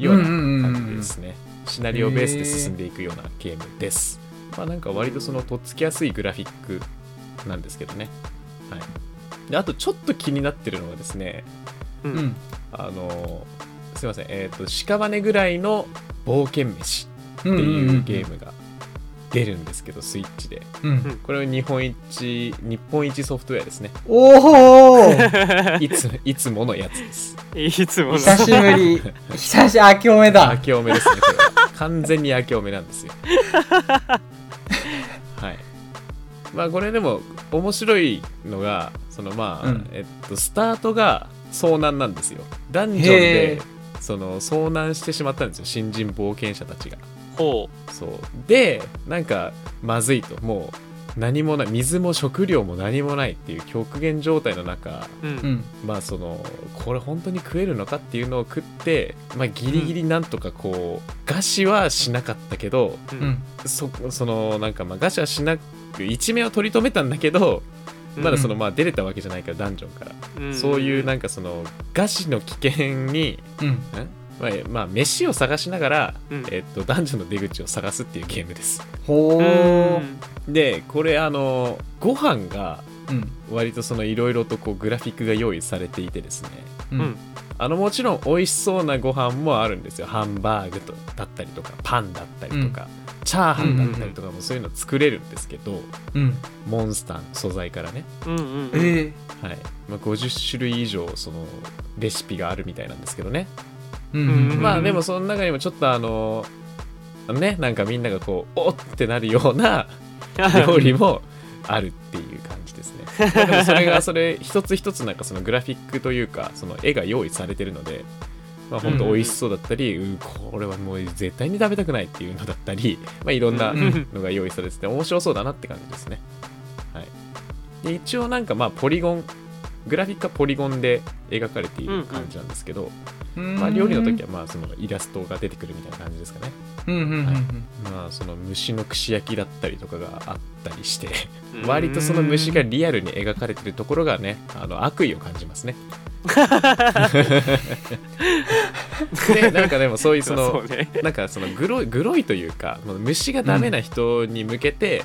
[SPEAKER 1] ような感じですねシナリオベースで進んでいくようなゲームですまあなんか割とそのとっつきやすいグラフィックなんですけどねはいであとちょっと気になってるのがですね
[SPEAKER 3] う
[SPEAKER 2] うんん
[SPEAKER 1] あのすいませんえっ、と屍ぐらいの冒険飯っていうゲームが出るんですけどスイッチで
[SPEAKER 2] うん、
[SPEAKER 1] これは日本一日本一ソフトウェア ですね
[SPEAKER 2] おお
[SPEAKER 1] いついつものやつです
[SPEAKER 3] いつもの
[SPEAKER 2] 久しぶり久し明けおめ
[SPEAKER 1] 明
[SPEAKER 2] だ
[SPEAKER 1] けおめですねこれは完全に明けおめなんです よはいまあこれでも面白いのがそのまあ、
[SPEAKER 2] うん
[SPEAKER 1] えっとスタートが遭難なんですよダンジョン
[SPEAKER 2] へ
[SPEAKER 1] で
[SPEAKER 2] ー
[SPEAKER 1] その遭難してしまったんですよ新人冒険者たちが
[SPEAKER 3] ほ
[SPEAKER 1] そうでなんかまずいともう何もない水も食料も何もないっていう極限状態の中
[SPEAKER 3] う、う
[SPEAKER 2] う
[SPEAKER 3] ん
[SPEAKER 2] ん
[SPEAKER 1] まあそのこれ本当に食えるのかっていうのを食って、まあ、ギリギリなんとかこう餓死はしなかったけど
[SPEAKER 3] う
[SPEAKER 2] うんん
[SPEAKER 1] そそのなんかまあ餓死はしなく一命を取り留めたんだけどまだそのまあ出れたわけじゃないからダンジョンから、
[SPEAKER 3] うん
[SPEAKER 1] そういうなんかその餓死の危険に、
[SPEAKER 2] うん
[SPEAKER 1] んまあまあ、飯を探しながら、
[SPEAKER 3] うん
[SPEAKER 1] えっと、ダンジョンの出口を探すっていうゲームです。
[SPEAKER 2] ほ
[SPEAKER 3] う
[SPEAKER 2] ー
[SPEAKER 3] ん
[SPEAKER 1] でこれあのご飯が
[SPEAKER 2] うん
[SPEAKER 1] 割とそのいろいろとこうグラフィックが用意されていてですね
[SPEAKER 2] う
[SPEAKER 3] うん
[SPEAKER 2] ん
[SPEAKER 1] あのもちろん美味しそうなご飯もあるんですよハンバーグとだったりとかパンだったりとか、チャーハンだったりとかもそういうの作れるんですけど、
[SPEAKER 2] うん
[SPEAKER 1] モンスターの素材からね、
[SPEAKER 3] うんうんうん
[SPEAKER 2] え
[SPEAKER 1] はいまあ、50種類以上そのレシピがあるみたいなんですけどね、
[SPEAKER 2] ーうん
[SPEAKER 3] うん
[SPEAKER 1] まあでもその中にもちょっとあのねなんかみんながこうおっってなるような 料理もあるっていう感じですね。まあでもそれがそれ一つ一つなんかそのグラフィックというかその絵が用意されてるので、まあ本当美味しそうだったり、うんこれはもう絶対に食べたくないっていうのだったり、 まあいろんな
[SPEAKER 2] うん
[SPEAKER 1] のが用意されてて面白そうだなって感じですね。はい。で一応なんかまあポリゴングラフィックはポリゴンで描かれている感じなんですけど、まあ料理の時
[SPEAKER 2] は
[SPEAKER 1] はまあそのイラストが出てくるみたいな感じですかね。
[SPEAKER 2] うんうんうんうん
[SPEAKER 1] まあその虫の串焼きだったりとかがあったりして。
[SPEAKER 3] うん
[SPEAKER 1] 割とその虫がリアルに描かれてるところがねあの悪意を感じますね。でなんかでもそういうそ
[SPEAKER 3] そ
[SPEAKER 1] の
[SPEAKER 3] うね
[SPEAKER 1] なんかそのグロいグロいというかもう虫がダメな人に向けて、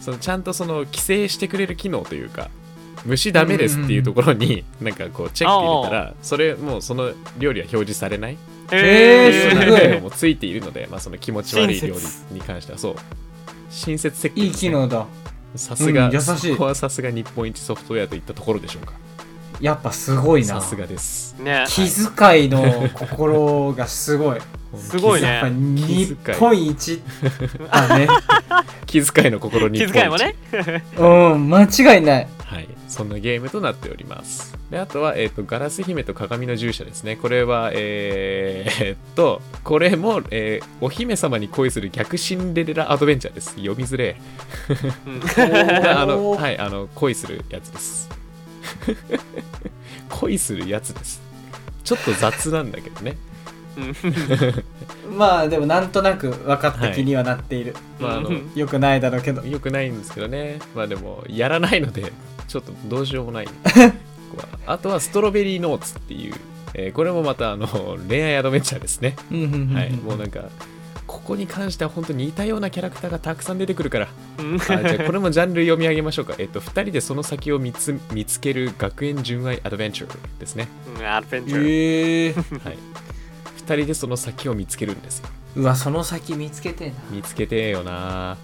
[SPEAKER 1] そのちゃんとその規制してくれる機能というか虫ダメですっていうところに、なんかこうチェック入れたらそれもうその料理は表示されない
[SPEAKER 2] え
[SPEAKER 1] っていうよ
[SPEAKER 2] ー
[SPEAKER 1] うな
[SPEAKER 2] すごい
[SPEAKER 1] 機能もついているので、まあ、その気持ち悪い料
[SPEAKER 3] 親
[SPEAKER 1] 理に関してはそう親切設計
[SPEAKER 2] いい
[SPEAKER 1] です
[SPEAKER 2] 機
[SPEAKER 1] ね
[SPEAKER 2] 能だ
[SPEAKER 1] さすが、
[SPEAKER 2] うん優しい
[SPEAKER 1] そこはさすが日本一ソフトウェアといったところでしょうか。
[SPEAKER 2] やっぱすごい
[SPEAKER 1] さ
[SPEAKER 2] な
[SPEAKER 1] すがです。
[SPEAKER 3] ね
[SPEAKER 2] 気遣いの心がすごい
[SPEAKER 3] すごいね
[SPEAKER 2] やっぱ日本一だね
[SPEAKER 1] 気遣いの心に。
[SPEAKER 3] 気遣いもね。
[SPEAKER 2] うん間違いない
[SPEAKER 1] はい。そんなゲームとなっております。で、あとは、えっ、と、ガラス姫と鏡の従者ですね。これは、えー、えーっと、これも、えーお姫様に恋する逆シンデレラアドベンチャーです。読みづれ
[SPEAKER 3] うん
[SPEAKER 1] え。あの、
[SPEAKER 2] おー
[SPEAKER 1] はい、あの、恋するやつです。 恋するやつです。ちょっと雑なんだけどね。
[SPEAKER 2] まあでもなんとなく分かった気にはなっている、
[SPEAKER 1] まああの
[SPEAKER 3] うん
[SPEAKER 2] よくないだろうけど
[SPEAKER 1] よくないんですけどねまあでもやらないので ちょっとどうしようもないここはあとはストロベリーノーツっていう、えーこれもまたあの恋愛アドベンチャーですね、
[SPEAKER 2] うんうんうんうん
[SPEAKER 1] はいもうなんかここに関しては本当に似たようなキャラクターがたくさん出てくるから
[SPEAKER 3] うん
[SPEAKER 1] あじゃあこれもジャンル読み上げましょうかえっと2人でその先を見つ見つける学園純愛アドベンチャーですね、
[SPEAKER 3] うんアドベンチャー。
[SPEAKER 2] ええ
[SPEAKER 1] はい、2人でその先を見つけるんですよ
[SPEAKER 2] うわその先見つけてえ
[SPEAKER 1] 見つけてえよな
[SPEAKER 2] な、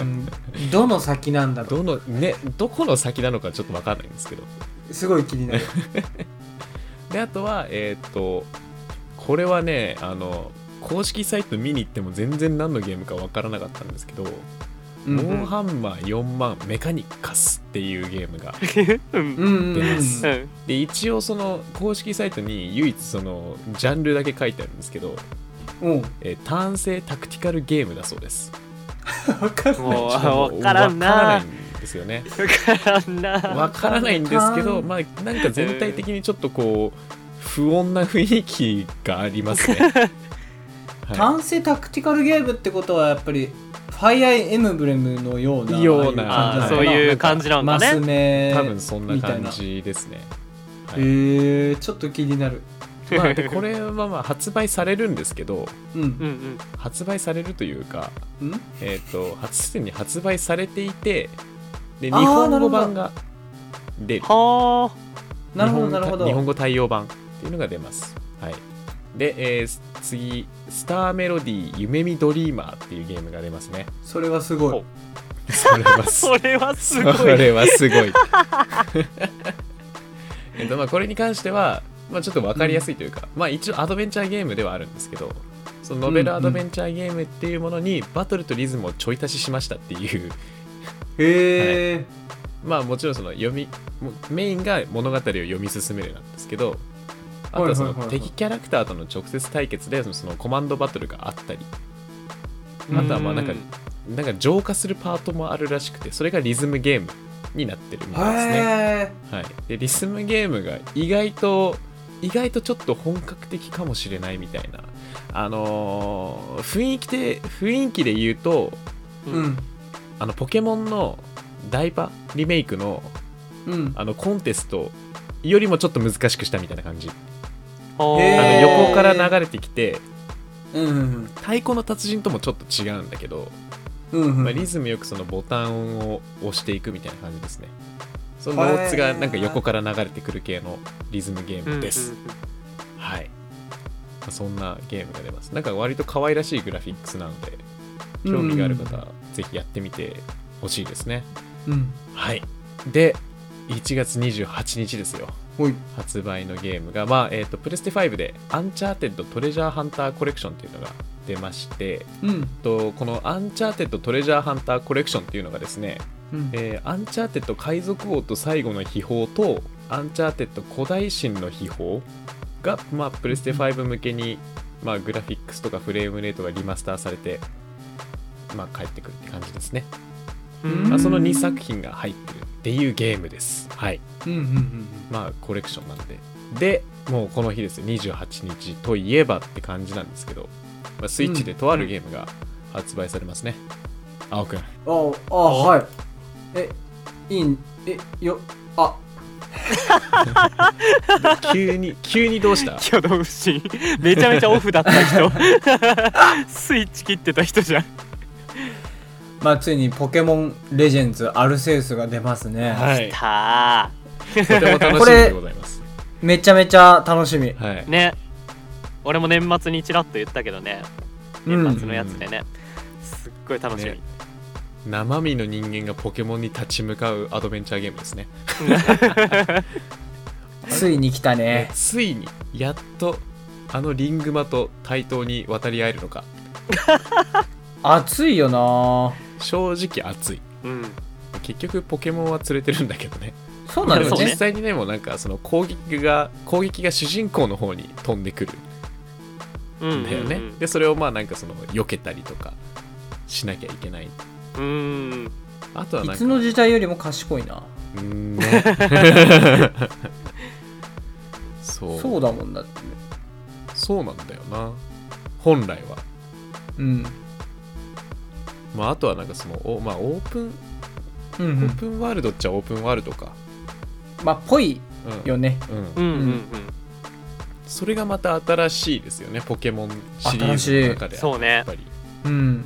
[SPEAKER 2] うん、どの先なんだろ
[SPEAKER 1] どのねどこの先なのかちょっと分かんないんですけど
[SPEAKER 2] うすごい気になる
[SPEAKER 1] であとはえーっとこれはねあの公式サイト見に行っても全然何のゲームかわからなかったんですけど、
[SPEAKER 2] うん
[SPEAKER 1] モンハンマー4万メカニカスっていうゲーム が
[SPEAKER 3] う
[SPEAKER 2] う
[SPEAKER 3] ん
[SPEAKER 2] んうんうん
[SPEAKER 1] です
[SPEAKER 3] うん
[SPEAKER 1] で一応その公式サイトに唯一そのジャンルだけ書いてあるんですけど、
[SPEAKER 2] うん
[SPEAKER 1] えーターン制タクティカルゲームだそうです
[SPEAKER 2] 分かんない
[SPEAKER 3] もう
[SPEAKER 1] ちょっと
[SPEAKER 3] わからんな
[SPEAKER 1] わからないんですよ ね
[SPEAKER 3] わからんな。
[SPEAKER 1] わからないんですけ
[SPEAKER 2] わ
[SPEAKER 1] ど
[SPEAKER 2] かん
[SPEAKER 1] まあなんか全体的にちょっとこう不穏な雰囲気があり ますね、はい
[SPEAKER 2] 単性タクティカルゲームってことはやっぱりファイアイエムブレムのような
[SPEAKER 1] ような
[SPEAKER 2] あ
[SPEAKER 3] あ
[SPEAKER 2] あ
[SPEAKER 3] ーそういう感じな
[SPEAKER 2] 感じなのかな
[SPEAKER 3] の
[SPEAKER 2] マ
[SPEAKER 3] か
[SPEAKER 2] ス
[SPEAKER 3] ね。
[SPEAKER 2] 目
[SPEAKER 1] 多分そんな感
[SPEAKER 2] み
[SPEAKER 1] じですね。
[SPEAKER 2] た
[SPEAKER 1] はい
[SPEAKER 2] なへ
[SPEAKER 1] い
[SPEAKER 2] えちょっと気になる
[SPEAKER 1] まあ、でこれはまあ発売されるんですけど
[SPEAKER 2] うん
[SPEAKER 3] うんうん。
[SPEAKER 1] 発売されるというか、
[SPEAKER 2] うん
[SPEAKER 1] えー、とはすでに発売されていてで日
[SPEAKER 2] あー
[SPEAKER 1] 本語版が出る
[SPEAKER 3] はあ。
[SPEAKER 2] なるほど
[SPEAKER 1] 日本
[SPEAKER 2] なるほど
[SPEAKER 1] 日本語対応版っていうのが出ます。はい、で、えーす次「スターメロディー夢見ドリーマー」っていうゲームが出ます ね
[SPEAKER 2] それはすご
[SPEAKER 3] ほ
[SPEAKER 2] いう
[SPEAKER 1] それはす
[SPEAKER 3] それはすごい
[SPEAKER 1] それはすごい えっとまあこれに関しては、まあ、ちょっと分かりやすいというか、まあ一応アドベンチャーゲームではあるんですけどそのノベルアドベンチャーゲームっていうものにバトルとリズムをちょい足ししましたっていう
[SPEAKER 2] へえ、
[SPEAKER 1] まあもちろんその読みもうメインが物語を読み進めるなんですけどあとはその
[SPEAKER 2] はいはいはいはい
[SPEAKER 1] 敵キャラクターとの直接対決でそのそのコマンドバトルがあったり
[SPEAKER 3] うん
[SPEAKER 1] あとはまあなんかなんか浄化するパートもあるらしくてそれがリズムゲームになってるみたいですね。
[SPEAKER 2] へえ
[SPEAKER 1] はい、でリズムゲームが意外と意外とちょっと本格的かもしれないみたいなあのー雰囲気で雰囲気で言うと
[SPEAKER 3] うん
[SPEAKER 2] うん
[SPEAKER 1] あのポケモンのダイパリメイクの
[SPEAKER 2] うん
[SPEAKER 1] あのコンテストよりもちょっと難しくしたみたいな感じ
[SPEAKER 3] ほう
[SPEAKER 1] あの
[SPEAKER 2] へー
[SPEAKER 1] 横から流れてきて
[SPEAKER 2] うんうん
[SPEAKER 1] 太鼓の達人ともちょっと違うんだけど、
[SPEAKER 2] うんうん
[SPEAKER 1] まあ、リズムよくそのボタンを押していくみたいな感じですねそのノーツがなんか横から流れてくる系のリズムゲームです、
[SPEAKER 3] うんうんうん
[SPEAKER 1] はい、まあそんなゲームが出ますなんか割と可愛らしいグラフィックスなので興味がある方、はぜひやってみてほしいですね
[SPEAKER 2] うん
[SPEAKER 1] はいで1月28日ですよ
[SPEAKER 2] ほい
[SPEAKER 1] 発売のゲームが、まあえー、とプレステ5で「アンチャーテッドトレジャーハンターコレクション」っていうのが出まして
[SPEAKER 2] うん
[SPEAKER 1] とこの「アンチャーテッドトレジャーハンターコレクション」っていうのがですね
[SPEAKER 2] うん
[SPEAKER 1] えーアンチャーテッド海賊王と最後の秘宝とアンチャーテッド古代神の秘宝が、まあ、プレステ5向けに、まあ、グラフィックスとかフレームレートがリマスターされて、まあ、帰ってくるって感じですね、
[SPEAKER 3] うん
[SPEAKER 1] まあ、その
[SPEAKER 2] うん
[SPEAKER 1] 2作品が入ってるっていうゲームですはい
[SPEAKER 2] うんうんうん
[SPEAKER 1] まあコレクションなんででもうこの日ですよ28日といえばって感じなんですけど、まあ、スイッチでとあるゲームが発売されますね、青くん
[SPEAKER 2] ああはいえいいんえよあ
[SPEAKER 1] 急に 急にどうした
[SPEAKER 3] 挙動不審めちゃめちゃオフだった人スイッチ切ってた人じゃん
[SPEAKER 2] まあついにポケモンレジェンズアルセウスが出ますね、
[SPEAKER 1] はい
[SPEAKER 3] た
[SPEAKER 1] とても楽しみでございます。
[SPEAKER 2] めちゃめちゃ楽しみ、
[SPEAKER 1] はい
[SPEAKER 3] ー。ね俺も年末にちらっと言ったけどね
[SPEAKER 2] うん
[SPEAKER 3] 年末のやつでね、すっごい楽しみ、
[SPEAKER 1] ね生身の人間がポケモンに立ち向かうアドベンチャーゲームですね。
[SPEAKER 2] ついに来たね
[SPEAKER 1] ついにやっとあのリングマと対等に渡り合えるのか。
[SPEAKER 2] 暑いよな
[SPEAKER 1] 正直熱い。
[SPEAKER 3] うん
[SPEAKER 1] 結局ポケモンは連れてるんだけどね。
[SPEAKER 2] そう
[SPEAKER 1] ま
[SPEAKER 2] な
[SPEAKER 1] あ
[SPEAKER 2] ん
[SPEAKER 1] で
[SPEAKER 2] だよ
[SPEAKER 1] も
[SPEAKER 3] そう
[SPEAKER 1] 実
[SPEAKER 2] ね
[SPEAKER 1] 際にねもうなんかその攻撃が攻撃が主人公の方に飛んでくる
[SPEAKER 3] うんうん
[SPEAKER 1] んだよね。でそれをまあなんかその避けたりとかしなきゃいけない。
[SPEAKER 3] うんうん
[SPEAKER 1] あとはいなん
[SPEAKER 2] つ
[SPEAKER 1] か
[SPEAKER 2] の時代よりも賢いな
[SPEAKER 1] うーんね。 そう
[SPEAKER 2] そうだもんだって
[SPEAKER 1] そうなんだよな本来は、
[SPEAKER 2] うん
[SPEAKER 1] まあ、あとはなんかそのお、まあ、オープン
[SPEAKER 2] うんう
[SPEAKER 1] オー
[SPEAKER 2] ん
[SPEAKER 1] プンワールドっちゃオープンワールドか、
[SPEAKER 2] まあぽい
[SPEAKER 1] うん
[SPEAKER 2] よね
[SPEAKER 1] うん
[SPEAKER 3] うんうん
[SPEAKER 1] それがまた新しいですよねポケモンシリーズの中
[SPEAKER 3] うん
[SPEAKER 1] で
[SPEAKER 3] そう
[SPEAKER 1] や
[SPEAKER 3] ね
[SPEAKER 1] っぱり
[SPEAKER 2] うん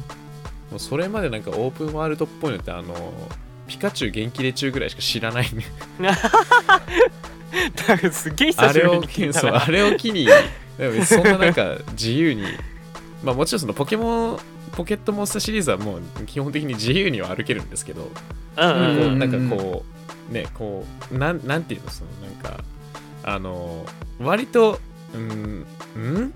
[SPEAKER 1] もうそれまでなんかオープンワールドっぽいのってあのピカチュウ元気で中ぐらいしか知 らないね
[SPEAKER 3] だからすっげえ久
[SPEAKER 1] あ
[SPEAKER 3] し
[SPEAKER 1] れ
[SPEAKER 3] ぶり
[SPEAKER 1] を
[SPEAKER 3] に聞いた
[SPEAKER 1] そう
[SPEAKER 3] な
[SPEAKER 1] あれを機にでもそんななんか自由にまあもちろんそのポケモンポケットモンスターシリーズはもう基本的に自由には歩けるんですけど
[SPEAKER 3] うんうん
[SPEAKER 1] こ
[SPEAKER 3] う
[SPEAKER 1] うんなんかこうねこうなんなんていうのそのなんかあの割とうんん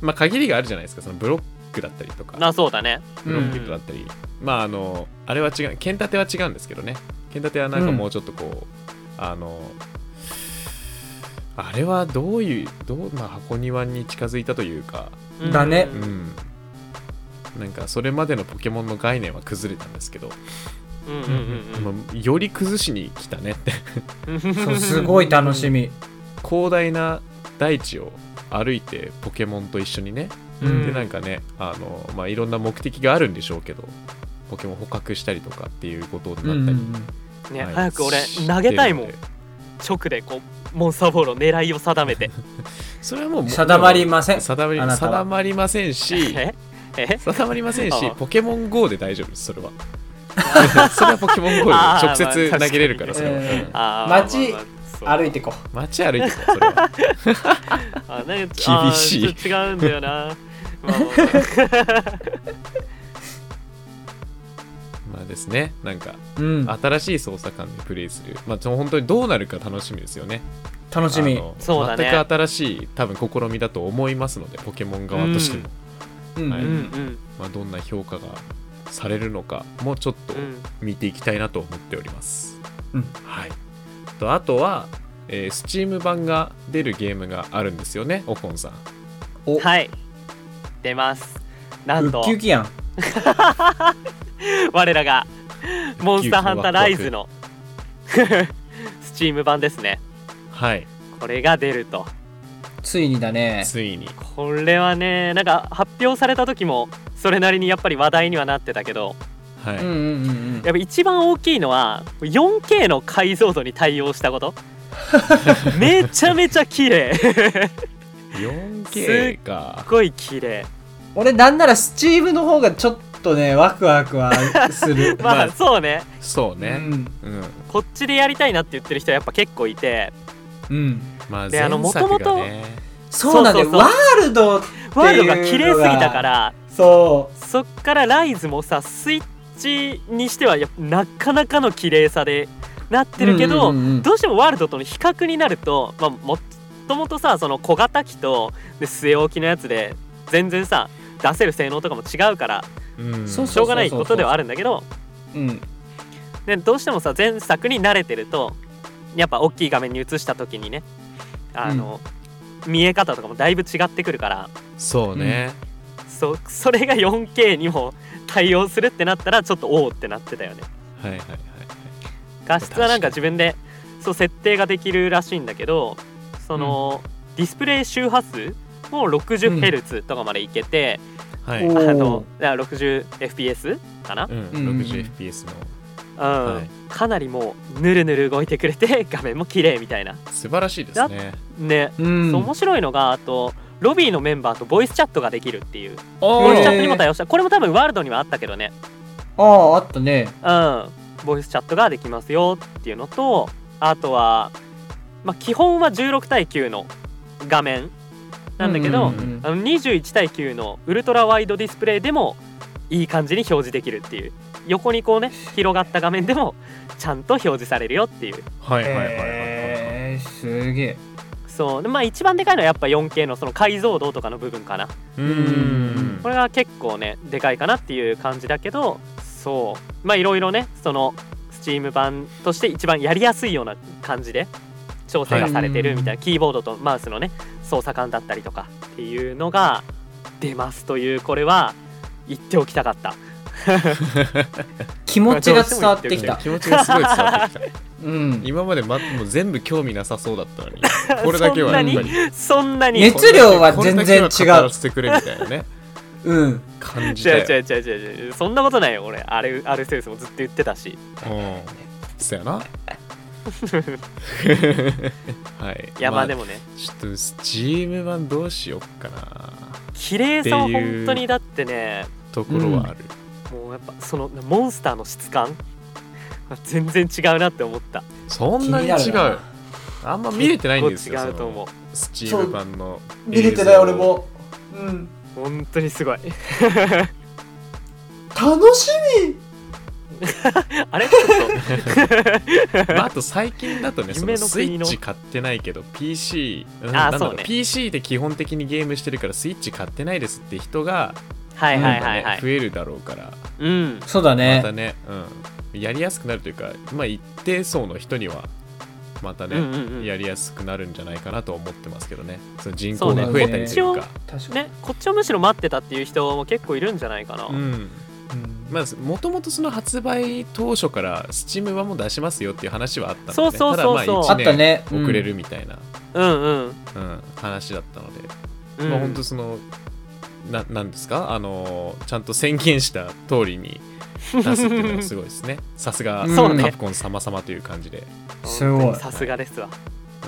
[SPEAKER 1] まあ限りがあるじゃないですかそのブロックだったりとか
[SPEAKER 3] あそうだね
[SPEAKER 1] ブロックだったり、まああのあれは違う剣立ては違うんですけどね剣立てはなんか
[SPEAKER 2] うん
[SPEAKER 1] もうちょっとこう、あのあれはどういうどう、まあ、箱庭に近づいたというか
[SPEAKER 2] だね
[SPEAKER 1] う
[SPEAKER 3] うん
[SPEAKER 1] んなんかそれまでのポケモンの概念は崩れたんですけど、
[SPEAKER 3] うんうん
[SPEAKER 1] まあより崩しに来たねって
[SPEAKER 3] うん
[SPEAKER 2] そうすごい楽しみ
[SPEAKER 1] 広大な大地を歩いてポケモンと一緒にね、
[SPEAKER 2] うん
[SPEAKER 1] でなんかねあの、まあ、いろんな目的があるんでしょうけどポケモン捕獲したりとかっていうことになった
[SPEAKER 2] う
[SPEAKER 1] り、
[SPEAKER 2] ん
[SPEAKER 3] ね、
[SPEAKER 1] はい
[SPEAKER 3] 早く俺投げたいもん
[SPEAKER 1] してるので
[SPEAKER 3] 直でこうモンスターボールを狙いを定めて
[SPEAKER 1] それはもう
[SPEAKER 2] 定まりません
[SPEAKER 1] 定まり
[SPEAKER 2] あなたは
[SPEAKER 1] 定まりませんし
[SPEAKER 3] ええ
[SPEAKER 1] 定まりません
[SPEAKER 3] あ
[SPEAKER 1] し
[SPEAKER 3] あ
[SPEAKER 1] ポケモン GO で大丈夫ですそ れは それはポケモン GO で直接投げれるから
[SPEAKER 3] あー
[SPEAKER 1] それは、
[SPEAKER 2] まあ確かに
[SPEAKER 1] うん
[SPEAKER 2] 街
[SPEAKER 3] あーまあまあそう
[SPEAKER 2] 歩いてこ
[SPEAKER 1] 街歩いてこうそれは
[SPEAKER 3] あなんか
[SPEAKER 1] 厳しい
[SPEAKER 3] あーちょ違うんだよなまあま
[SPEAKER 1] まあですねなんか
[SPEAKER 2] う、うん、
[SPEAKER 1] 新しい操作感でプレイするまあちょ本当にどうなるか楽しみですよね
[SPEAKER 2] 楽しみ
[SPEAKER 1] あ、の
[SPEAKER 3] そうだね
[SPEAKER 1] 全く新しい多分試みだと思いますのでポケモン側としても、
[SPEAKER 2] うん
[SPEAKER 1] は
[SPEAKER 3] あ
[SPEAKER 1] い
[SPEAKER 3] うんうん
[SPEAKER 1] まあ、どんな評価がされるのかもちょっと
[SPEAKER 3] うん
[SPEAKER 1] 見ていきたいなと思っております、
[SPEAKER 2] うん
[SPEAKER 1] はいとあとは、えー、Steam 版が出るゲームがあるんですよねおこんさん
[SPEAKER 2] お
[SPEAKER 3] はい出ますなん
[SPEAKER 2] ウ
[SPEAKER 3] と
[SPEAKER 2] ッキウキやん
[SPEAKER 3] 我らがモンスターハンターライズの スチーム版ですね
[SPEAKER 1] はい
[SPEAKER 3] これが出ると
[SPEAKER 2] ついにだね
[SPEAKER 1] ついに
[SPEAKER 3] これはねなんか発表された時もそれなりにやっぱり話題にはなってたけど
[SPEAKER 1] はい、
[SPEAKER 2] うんうんうん
[SPEAKER 3] やっぱ一番大きいのは 4K の解像度に対応したこと めちゃめちゃ綺 麗すっ
[SPEAKER 1] 4K か
[SPEAKER 3] ごい綺麗
[SPEAKER 2] 俺なんならスチームの方がちょっとねワクワクはする
[SPEAKER 3] ま
[SPEAKER 1] まあ
[SPEAKER 3] あそうね
[SPEAKER 1] そうね
[SPEAKER 2] うん
[SPEAKER 1] うん、
[SPEAKER 3] こっちでやりたいなって言ってる人はやっぱ結構いて
[SPEAKER 2] うん
[SPEAKER 1] まあ
[SPEAKER 3] であ
[SPEAKER 1] 前
[SPEAKER 3] の
[SPEAKER 1] 作が
[SPEAKER 3] 元
[SPEAKER 1] ね
[SPEAKER 2] そうなんだよ
[SPEAKER 3] そうそう
[SPEAKER 2] ワ
[SPEAKER 3] そ
[SPEAKER 2] ールド
[SPEAKER 3] ワールドが綺麗すぎたから
[SPEAKER 2] そ
[SPEAKER 3] そっからライズもさスイッチにしてはやっぱなかなかの綺麗さでなっ
[SPEAKER 2] う
[SPEAKER 3] てるけど、
[SPEAKER 2] うんうんうん
[SPEAKER 3] どうしてもワールドとの比較になると、まあ、もっともとさその小型機とで据え置きのやつで全然さ出せる性能とかも違うから
[SPEAKER 1] うん
[SPEAKER 2] そう
[SPEAKER 3] しょうがないことではあるんだけど
[SPEAKER 2] うん
[SPEAKER 3] でどうしてもさ前作に慣れてるとやっぱ大きい画面に映した時にねあの、見え方とかもだいぶ違ってくるから
[SPEAKER 1] そうね、
[SPEAKER 3] そそれが 4K にも対応するってなったらちょっとおおってなってたよね。
[SPEAKER 1] はいはいはい
[SPEAKER 3] 画質はなんか
[SPEAKER 1] 確
[SPEAKER 3] 自分でそう設定ができるらしいんだけどその、ディスプレイ周波数も 60Hz とかまでいけて、
[SPEAKER 1] はい
[SPEAKER 2] お
[SPEAKER 1] はい
[SPEAKER 2] ー
[SPEAKER 3] あのだから 60fps かな、
[SPEAKER 1] う
[SPEAKER 2] うん
[SPEAKER 1] ん、60fps の
[SPEAKER 3] うん
[SPEAKER 1] はい
[SPEAKER 3] かなりもうぬるぬる動いてくれて 画面も綺麗みたいな
[SPEAKER 1] 素晴らしいですね
[SPEAKER 3] ね、
[SPEAKER 2] うん
[SPEAKER 3] そう面白いのがあとロビーのメンバーとボイスチャットができるっていう
[SPEAKER 1] お
[SPEAKER 3] ボイスチャッ
[SPEAKER 1] ー
[SPEAKER 3] トにも対応したこれも多分ワールドにはあったけどね
[SPEAKER 2] あああったね
[SPEAKER 3] うん、ボイスチャットができますよっていうのとあとは、まあ、基本は16対9の画面なんだけど、
[SPEAKER 2] うんうんうん
[SPEAKER 3] あの21対9のウルトラワイドディスプレイでもいい感じに表示できるっていう横にこうね広がった画面でもちゃんと表示されるよっていう
[SPEAKER 1] はいはいはいはいはいはい
[SPEAKER 2] えーすげえ
[SPEAKER 3] そうでまあ一番でかいのはやっぱ 4K のその解像度とかの部分かな
[SPEAKER 1] う
[SPEAKER 2] うん
[SPEAKER 1] ん
[SPEAKER 3] これが結構ねでかいかなっていう感じだけどそうまあいろいろねそのスチーム版として一番やりやすいような感じで調整がされてるみたいな、キーボードとマウスのね操作感だったりとかっていうのが出ますというこれは言っておきたかった
[SPEAKER 2] 気持ちが伝わってき
[SPEAKER 1] いや
[SPEAKER 2] た
[SPEAKER 1] 気持ちがすごい伝わってきた
[SPEAKER 2] うん
[SPEAKER 1] 今まで、ま、もう全部興味なさそうだったの にこれだけはやっぱり
[SPEAKER 3] そんなに
[SPEAKER 2] 熱量は全
[SPEAKER 1] こ
[SPEAKER 2] 然違う
[SPEAKER 1] れだけは語らせてくれみたいなね
[SPEAKER 2] うん
[SPEAKER 1] 感じ
[SPEAKER 3] 違う
[SPEAKER 1] だよ
[SPEAKER 3] 違う違う違う違うそんなことないよ俺アルアルセウスもずっと言って たし
[SPEAKER 1] うんそやな はい
[SPEAKER 3] いやまあ
[SPEAKER 1] あ
[SPEAKER 3] でもね
[SPEAKER 1] ちょっとスチーム版どうしよっかな
[SPEAKER 3] 綺麗さは
[SPEAKER 1] っていう
[SPEAKER 3] 本当にだってね
[SPEAKER 1] ところはある、
[SPEAKER 3] もうやっぱそのモンスターの質感全然違うなって思った
[SPEAKER 1] そんなに違
[SPEAKER 2] 気に
[SPEAKER 1] う
[SPEAKER 2] なるな
[SPEAKER 1] あんま見れてないんですよ
[SPEAKER 3] 結構違うと思う
[SPEAKER 1] そのスチーム版の
[SPEAKER 2] 見れてない俺もうん
[SPEAKER 3] 本当に すごい
[SPEAKER 2] 楽しみ
[SPEAKER 3] あれちょっ
[SPEAKER 1] まあ、あと最近だとね、その
[SPEAKER 3] 夢の
[SPEAKER 1] スイ
[SPEAKER 3] 国
[SPEAKER 1] ッ
[SPEAKER 3] の
[SPEAKER 1] チ買ってないけど、PC、うん
[SPEAKER 3] あー
[SPEAKER 1] なんだろ
[SPEAKER 3] そうね
[SPEAKER 1] PC で基本的にゲームしてるから、スイッチ買ってないですって人が、
[SPEAKER 3] とはいはいはい
[SPEAKER 1] なん
[SPEAKER 3] は
[SPEAKER 1] かね
[SPEAKER 3] い、
[SPEAKER 1] 増えるだろうから、
[SPEAKER 3] うん
[SPEAKER 2] そうだ
[SPEAKER 1] ま
[SPEAKER 2] ね
[SPEAKER 1] たね、うん、やりやすくなるというか、まあ、一定層の人には、また
[SPEAKER 3] うんうん
[SPEAKER 1] ね、
[SPEAKER 3] うん
[SPEAKER 1] やりやすくなるんじゃないかなと思ってますけどね、その人
[SPEAKER 3] そ
[SPEAKER 1] 口
[SPEAKER 3] う
[SPEAKER 1] が
[SPEAKER 3] ね
[SPEAKER 1] 増えたりという
[SPEAKER 3] こっ
[SPEAKER 1] か。
[SPEAKER 2] 確かに
[SPEAKER 3] ねこっちをむしろ待ってたっていう人も結構いるんじゃないかな、
[SPEAKER 1] うん
[SPEAKER 2] うん
[SPEAKER 1] まあ、もともとその発売当初からスチーム版も出しますよっていう話はあったので、
[SPEAKER 3] そうそうそうそう
[SPEAKER 1] ただまあ
[SPEAKER 2] あ
[SPEAKER 1] 1
[SPEAKER 2] った
[SPEAKER 1] 年
[SPEAKER 2] ね
[SPEAKER 1] 遅れるみたいな、
[SPEAKER 3] うんうん
[SPEAKER 1] うん、話だったので、
[SPEAKER 3] うん
[SPEAKER 1] まあ、本当そのななんですかあのちゃんと宣言した通りに出すっていうのがすごいです ねさすが
[SPEAKER 2] そう
[SPEAKER 3] ね
[SPEAKER 1] カプコン様様という感じで、
[SPEAKER 2] すごい
[SPEAKER 3] 本当にさすがですわ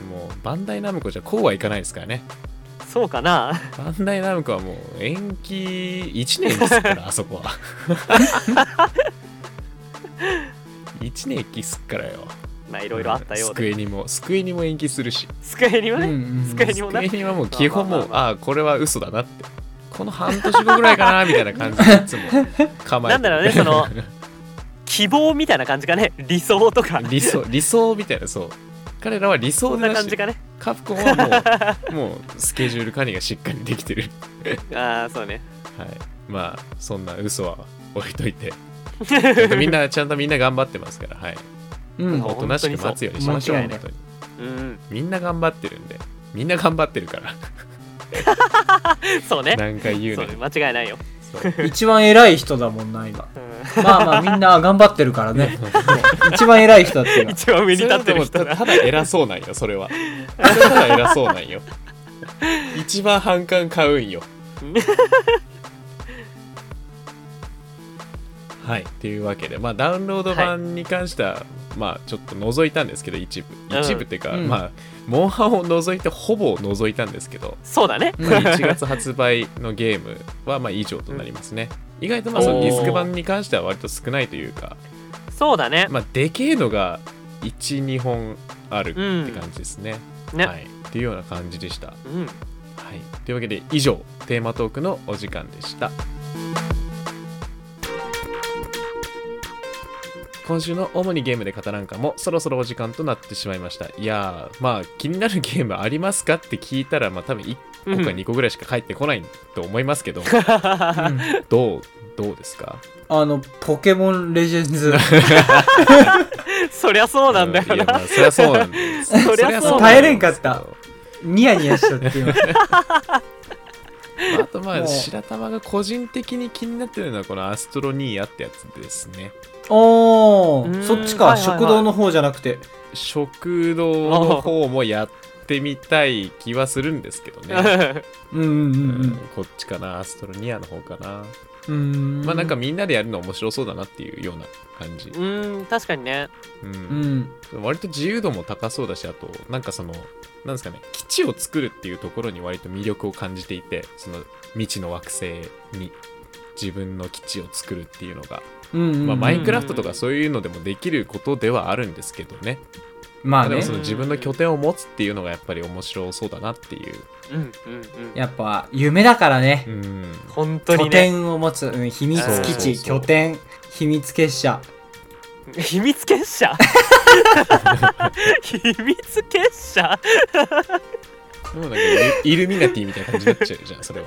[SPEAKER 1] もうバンダイナムコじゃこうはいかないですからね
[SPEAKER 3] そうかな
[SPEAKER 1] バンダイナムコはもう延期1年ですから あそこは1年延期すっからよ
[SPEAKER 3] まあいろいろあったよう
[SPEAKER 1] 机
[SPEAKER 3] で
[SPEAKER 1] にも机にも延期するし
[SPEAKER 3] 机にはね、
[SPEAKER 2] 机
[SPEAKER 3] 机
[SPEAKER 1] 机
[SPEAKER 2] に
[SPEAKER 3] にもな
[SPEAKER 1] にはもう基本もう
[SPEAKER 3] まあまあま
[SPEAKER 1] ああーこれは嘘だなってこの半年後ぐらいかなみたいな感じでい つも構えて
[SPEAKER 3] なんだろうねその希望みたいな感じかね理想とか
[SPEAKER 1] 理想理想みたいなそう彼らは理
[SPEAKER 3] そ
[SPEAKER 1] 想
[SPEAKER 3] ん
[SPEAKER 1] で
[SPEAKER 3] な
[SPEAKER 1] な
[SPEAKER 3] 感
[SPEAKER 1] し
[SPEAKER 3] じかね
[SPEAKER 1] カプコンはもうもうスケジュール管理がしっかりできてる
[SPEAKER 3] ああそうね
[SPEAKER 1] はいまあそんな嘘は置いといてちゃんとみんなちゃんとみんな頑張ってますからはい
[SPEAKER 2] うん
[SPEAKER 1] おとなしく待つようにしましょう
[SPEAKER 2] 間違いない
[SPEAKER 1] 本当に
[SPEAKER 3] うん
[SPEAKER 1] みんな頑張ってるんでみんな頑張ってるから
[SPEAKER 3] そうね
[SPEAKER 1] 何回言う
[SPEAKER 3] そ
[SPEAKER 1] の
[SPEAKER 3] うね間違いないよ、
[SPEAKER 1] そう
[SPEAKER 2] 一番偉い人だもんな今
[SPEAKER 3] うん
[SPEAKER 2] まあまあみんな頑張ってるから ね一番偉い人だっていうのは
[SPEAKER 3] 一番上に立ってる人
[SPEAKER 1] それはでも
[SPEAKER 3] だ
[SPEAKER 1] たただ偉そうなんよそれはそれはただ偉そうなんよ一番反感買うんよはいというわけでまあダウンロード版に関しては、まあちょっと覗いたんですけど一部
[SPEAKER 3] うん
[SPEAKER 1] 一部っていうか、
[SPEAKER 2] うん
[SPEAKER 1] まあモンハンを除いてほぼ覗いたんですけど
[SPEAKER 3] そうだね
[SPEAKER 2] うん
[SPEAKER 1] 1月発売のゲームはまあ以上となりますね、意外とまあそのディスク版に関しては割と少ないというか
[SPEAKER 3] そうだ ね、
[SPEAKER 1] まあ、でけえのが12本あるって感じですね。
[SPEAKER 3] ね、
[SPEAKER 1] はい、っていうような感じでした。は
[SPEAKER 3] うん
[SPEAKER 1] い、というわけで以上テーマトークのお時間でした。今週の主にゲームで語らんかもそろそろお時間となってしまいました。いやーまあ気になるゲームありますかって聞いたらまあ多分1個か2個ぐらいしか返ってこないと思います けど、
[SPEAKER 2] うん
[SPEAKER 1] どうどうですか
[SPEAKER 2] あのポケモンレジェンズ
[SPEAKER 3] そりゃそうなんだ
[SPEAKER 1] いや
[SPEAKER 3] よ
[SPEAKER 1] ま
[SPEAKER 3] な
[SPEAKER 1] あそりゃそうなんです。
[SPEAKER 3] そりゃそ
[SPEAKER 1] な
[SPEAKER 3] う
[SPEAKER 1] んですけど
[SPEAKER 2] 耐えれんかったニヤニヤしちゃって今
[SPEAKER 1] まああとま
[SPEAKER 2] も
[SPEAKER 1] あ
[SPEAKER 2] う
[SPEAKER 1] 白玉が個人的に気になってるのはこのアストロニーアってやつですね
[SPEAKER 2] お
[SPEAKER 3] うー
[SPEAKER 2] ー
[SPEAKER 3] ん
[SPEAKER 2] そっち
[SPEAKER 3] は
[SPEAKER 2] か
[SPEAKER 3] いはいはい
[SPEAKER 2] 食堂の方じゃなくて
[SPEAKER 1] 食堂の方もやってみたい気はするんですけど ね、
[SPEAKER 2] うんう
[SPEAKER 1] う
[SPEAKER 2] んう
[SPEAKER 1] ん
[SPEAKER 2] うんん、
[SPEAKER 1] こっちかなアストロニアの方かな、
[SPEAKER 2] うーん
[SPEAKER 1] まあなんかみんなでやるの面白そうだなっていうような感じ、
[SPEAKER 3] うん確かにね
[SPEAKER 1] う
[SPEAKER 2] うんん
[SPEAKER 1] 割と自由度も高そうだしあとなんかそのなんですかね基地を作るっていうところに割と魅力を感じていてその未知の惑星に自分の基地を作るっていうのが
[SPEAKER 2] うんうん
[SPEAKER 1] まあ、マイ
[SPEAKER 2] うん
[SPEAKER 1] クラフトとかそういうのでもできることではあるんですけどね、
[SPEAKER 2] まあ
[SPEAKER 1] で
[SPEAKER 2] ね
[SPEAKER 1] もその自分の拠点を持つっていうのがやっぱり面白そうだなっていう、
[SPEAKER 3] うんうんうん
[SPEAKER 2] やっぱ夢だから
[SPEAKER 1] う
[SPEAKER 2] ね
[SPEAKER 1] ん、
[SPEAKER 3] 本当
[SPEAKER 2] 拠
[SPEAKER 3] にね
[SPEAKER 2] 点を持つうん秘密基
[SPEAKER 1] そうそう
[SPEAKER 2] 地
[SPEAKER 1] そう
[SPEAKER 2] 拠点秘密結社
[SPEAKER 3] 秘密 結社秘密結社
[SPEAKER 1] でもなんかイルイルミナティみたいな感じになっちゃうじゃんそれ は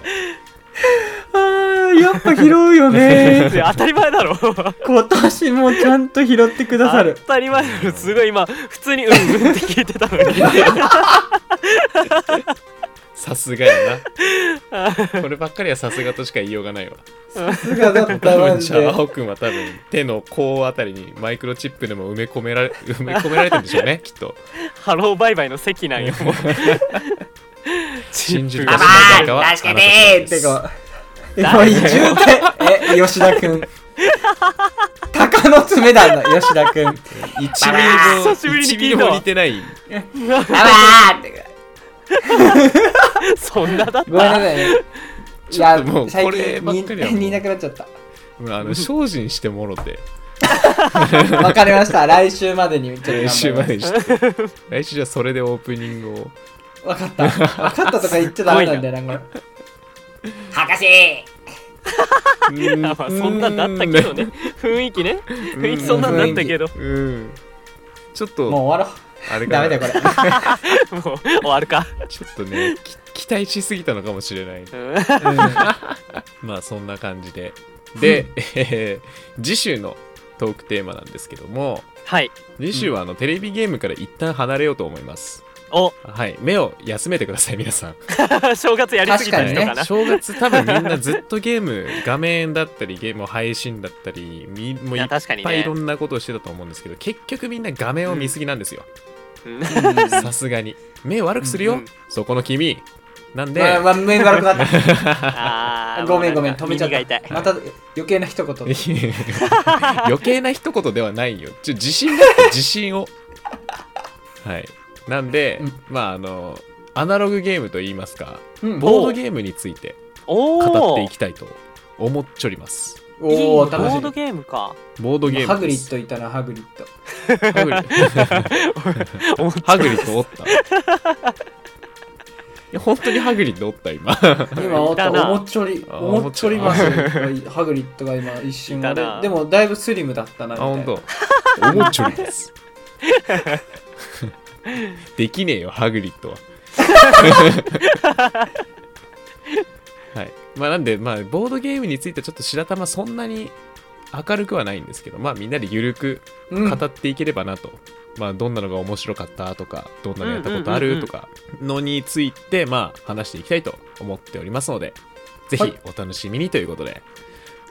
[SPEAKER 2] あーやっぱ拾うよね
[SPEAKER 3] 当たり前だろ
[SPEAKER 2] 今年もちゃんと拾ってくださ
[SPEAKER 3] 当
[SPEAKER 2] る
[SPEAKER 3] たり前だろすごい今普通にうんうんって聞いてたのに
[SPEAKER 1] さすがや なこればっかりはさすがとしか言いようがないわ
[SPEAKER 2] さすがだった
[SPEAKER 1] 多
[SPEAKER 2] マ
[SPEAKER 1] 分
[SPEAKER 2] ジ
[SPEAKER 1] じゃ
[SPEAKER 2] で
[SPEAKER 1] あ青くんは多分手の甲あたりにマイクロチップでも埋め込められ 埋め込められてるんでしょうねきっと
[SPEAKER 3] ハローバイバイの席なんよもう
[SPEAKER 1] 信じる
[SPEAKER 3] チップ
[SPEAKER 1] か
[SPEAKER 3] が
[SPEAKER 1] 信じないかはあな
[SPEAKER 2] 甘い
[SPEAKER 1] た次第です
[SPEAKER 2] てかえもう移住でえ吉田くん鷹の爪だな吉田くん
[SPEAKER 1] 1ミリも
[SPEAKER 3] 久しぶりに聞い
[SPEAKER 1] 1
[SPEAKER 3] た
[SPEAKER 1] ミリも似てない
[SPEAKER 2] あばーって
[SPEAKER 3] そんなだっ
[SPEAKER 2] ごめんな
[SPEAKER 3] た
[SPEAKER 2] さいねい
[SPEAKER 1] ちょっ
[SPEAKER 2] や
[SPEAKER 1] ともう
[SPEAKER 2] 最
[SPEAKER 1] これ
[SPEAKER 2] 近
[SPEAKER 1] ばっ
[SPEAKER 2] み
[SPEAKER 1] かりはもう
[SPEAKER 2] 見なくなっちゃった
[SPEAKER 1] うんあの精進してもろ て
[SPEAKER 2] わかりました来週までにちょっと頑張
[SPEAKER 1] 来
[SPEAKER 2] ります
[SPEAKER 1] 週までにして来週じゃあそれでオープニングを
[SPEAKER 2] わかったわかったとか言っちゃダメなんだよなんか博士
[SPEAKER 1] うん
[SPEAKER 3] まあそんなんだったけどね雰囲気ね雰囲 気そんなんだったけど
[SPEAKER 1] うんちょっ
[SPEAKER 2] もう
[SPEAKER 1] と
[SPEAKER 2] 終わ
[SPEAKER 1] あれ
[SPEAKER 2] ろうダ
[SPEAKER 1] か
[SPEAKER 2] メだよ
[SPEAKER 1] な
[SPEAKER 2] これ
[SPEAKER 3] もう終わるか
[SPEAKER 1] ちょっとね き期待しすぎたのかもしれない
[SPEAKER 3] うん
[SPEAKER 1] まあそんな感じでで、えー次週のトークテーマなんですけども
[SPEAKER 3] はい
[SPEAKER 1] 次週はあのテレビゲームから一旦離れようと思います
[SPEAKER 3] お
[SPEAKER 1] はい目を休めてください皆さん
[SPEAKER 3] 正月やりすぎた人かな
[SPEAKER 1] 正月多分みんなずっとゲーム画面だったりゲームを配信だったりみもうい
[SPEAKER 3] い
[SPEAKER 1] っ
[SPEAKER 3] や確かに
[SPEAKER 1] ぱいい
[SPEAKER 3] ね
[SPEAKER 1] ろんなことをしてたと思うんですけど結局みんな画面を見すぎなんですよ
[SPEAKER 3] うん
[SPEAKER 1] さすがに目悪くするよ、
[SPEAKER 3] うん
[SPEAKER 1] そこの君なんで、
[SPEAKER 2] まあまあ目悪くなった
[SPEAKER 3] あー
[SPEAKER 2] ごめんごめん
[SPEAKER 3] も
[SPEAKER 2] 止
[SPEAKER 3] う
[SPEAKER 2] めちゃ
[SPEAKER 3] なんか耳が
[SPEAKER 2] っ
[SPEAKER 3] 痛
[SPEAKER 2] た
[SPEAKER 3] い
[SPEAKER 2] また余計な一言
[SPEAKER 1] 余計な一言ではないよちょ自信だって自信をはいなんで、
[SPEAKER 2] うん
[SPEAKER 1] まああのアナログゲームといいますか
[SPEAKER 2] うん
[SPEAKER 1] ボードゲームについて
[SPEAKER 3] お
[SPEAKER 1] 語っ
[SPEAKER 3] お
[SPEAKER 1] ていきたいと思っちょります
[SPEAKER 2] お
[SPEAKER 3] いいボ
[SPEAKER 2] お楽し
[SPEAKER 3] ー
[SPEAKER 2] み
[SPEAKER 3] ドゲームか。
[SPEAKER 1] ボードゲー
[SPEAKER 2] ハ
[SPEAKER 1] ム
[SPEAKER 2] グ
[SPEAKER 1] で
[SPEAKER 2] リッ
[SPEAKER 1] す
[SPEAKER 2] ドいたなハグリッド
[SPEAKER 1] ハグリ
[SPEAKER 3] 思っ
[SPEAKER 1] ハグリッドおったいや本当にハグリッドおった今
[SPEAKER 2] 今おっ
[SPEAKER 3] いた
[SPEAKER 2] た
[SPEAKER 3] な
[SPEAKER 2] おもっちょり
[SPEAKER 1] あ
[SPEAKER 2] おもっちょりマシン
[SPEAKER 1] お
[SPEAKER 2] ハグリッドが今一瞬
[SPEAKER 3] いたな
[SPEAKER 2] ででもだいぶスリムだったな
[SPEAKER 1] あ
[SPEAKER 2] みたいな
[SPEAKER 1] 本当。おもちょりです できねえよハグリッドは はいまあなんでまあボードゲームについてはちょっと白玉そんなに明るくはないんですけどまあみんなでゆるく
[SPEAKER 2] うん
[SPEAKER 1] 語っていければなと、まあ、どんなのが面白かったとかどんなのやったことあ
[SPEAKER 3] うんう
[SPEAKER 1] る
[SPEAKER 3] んうんうん
[SPEAKER 1] とかのについて、まあ、話していきたいと思っておりますのでぜひ
[SPEAKER 2] はい
[SPEAKER 1] お楽しみにということで、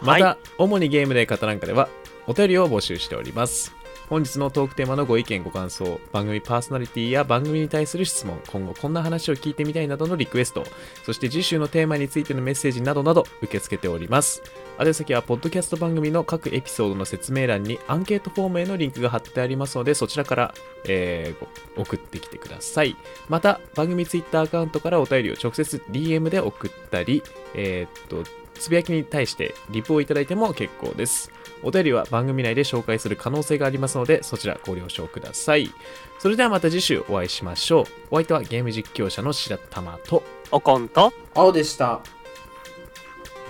[SPEAKER 3] はい
[SPEAKER 1] また主にゲームで方なんかではお便りを募集しております本日のトークテーマのご意見ご感想番組パーソナリティや番組に対する質問今後こんな話を聞いてみたいなどのリクエストそして次週のテーマについてのメッセージなどなど受け付けております宛先はポッドキャスト番組の各エピソードの説明欄にアンケートフォームへのリンクが貼ってありますのでそちらから、えーご送ってきてくださいまた番組ツイッターアカウントからお便りを直接 DM で送ったりえーっとつぶやきに対してリプをいただいても結構ですお便りは番組内で紹介する可能性がありますのでそちらご了承くださいそれではまた次週お会いしましょうお相手はゲーム実況者の白玉と
[SPEAKER 3] おこんと。
[SPEAKER 2] 青でした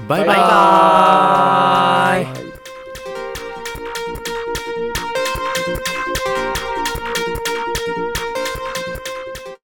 [SPEAKER 1] バイバイ
[SPEAKER 3] バイバー
[SPEAKER 2] イ
[SPEAKER 3] イ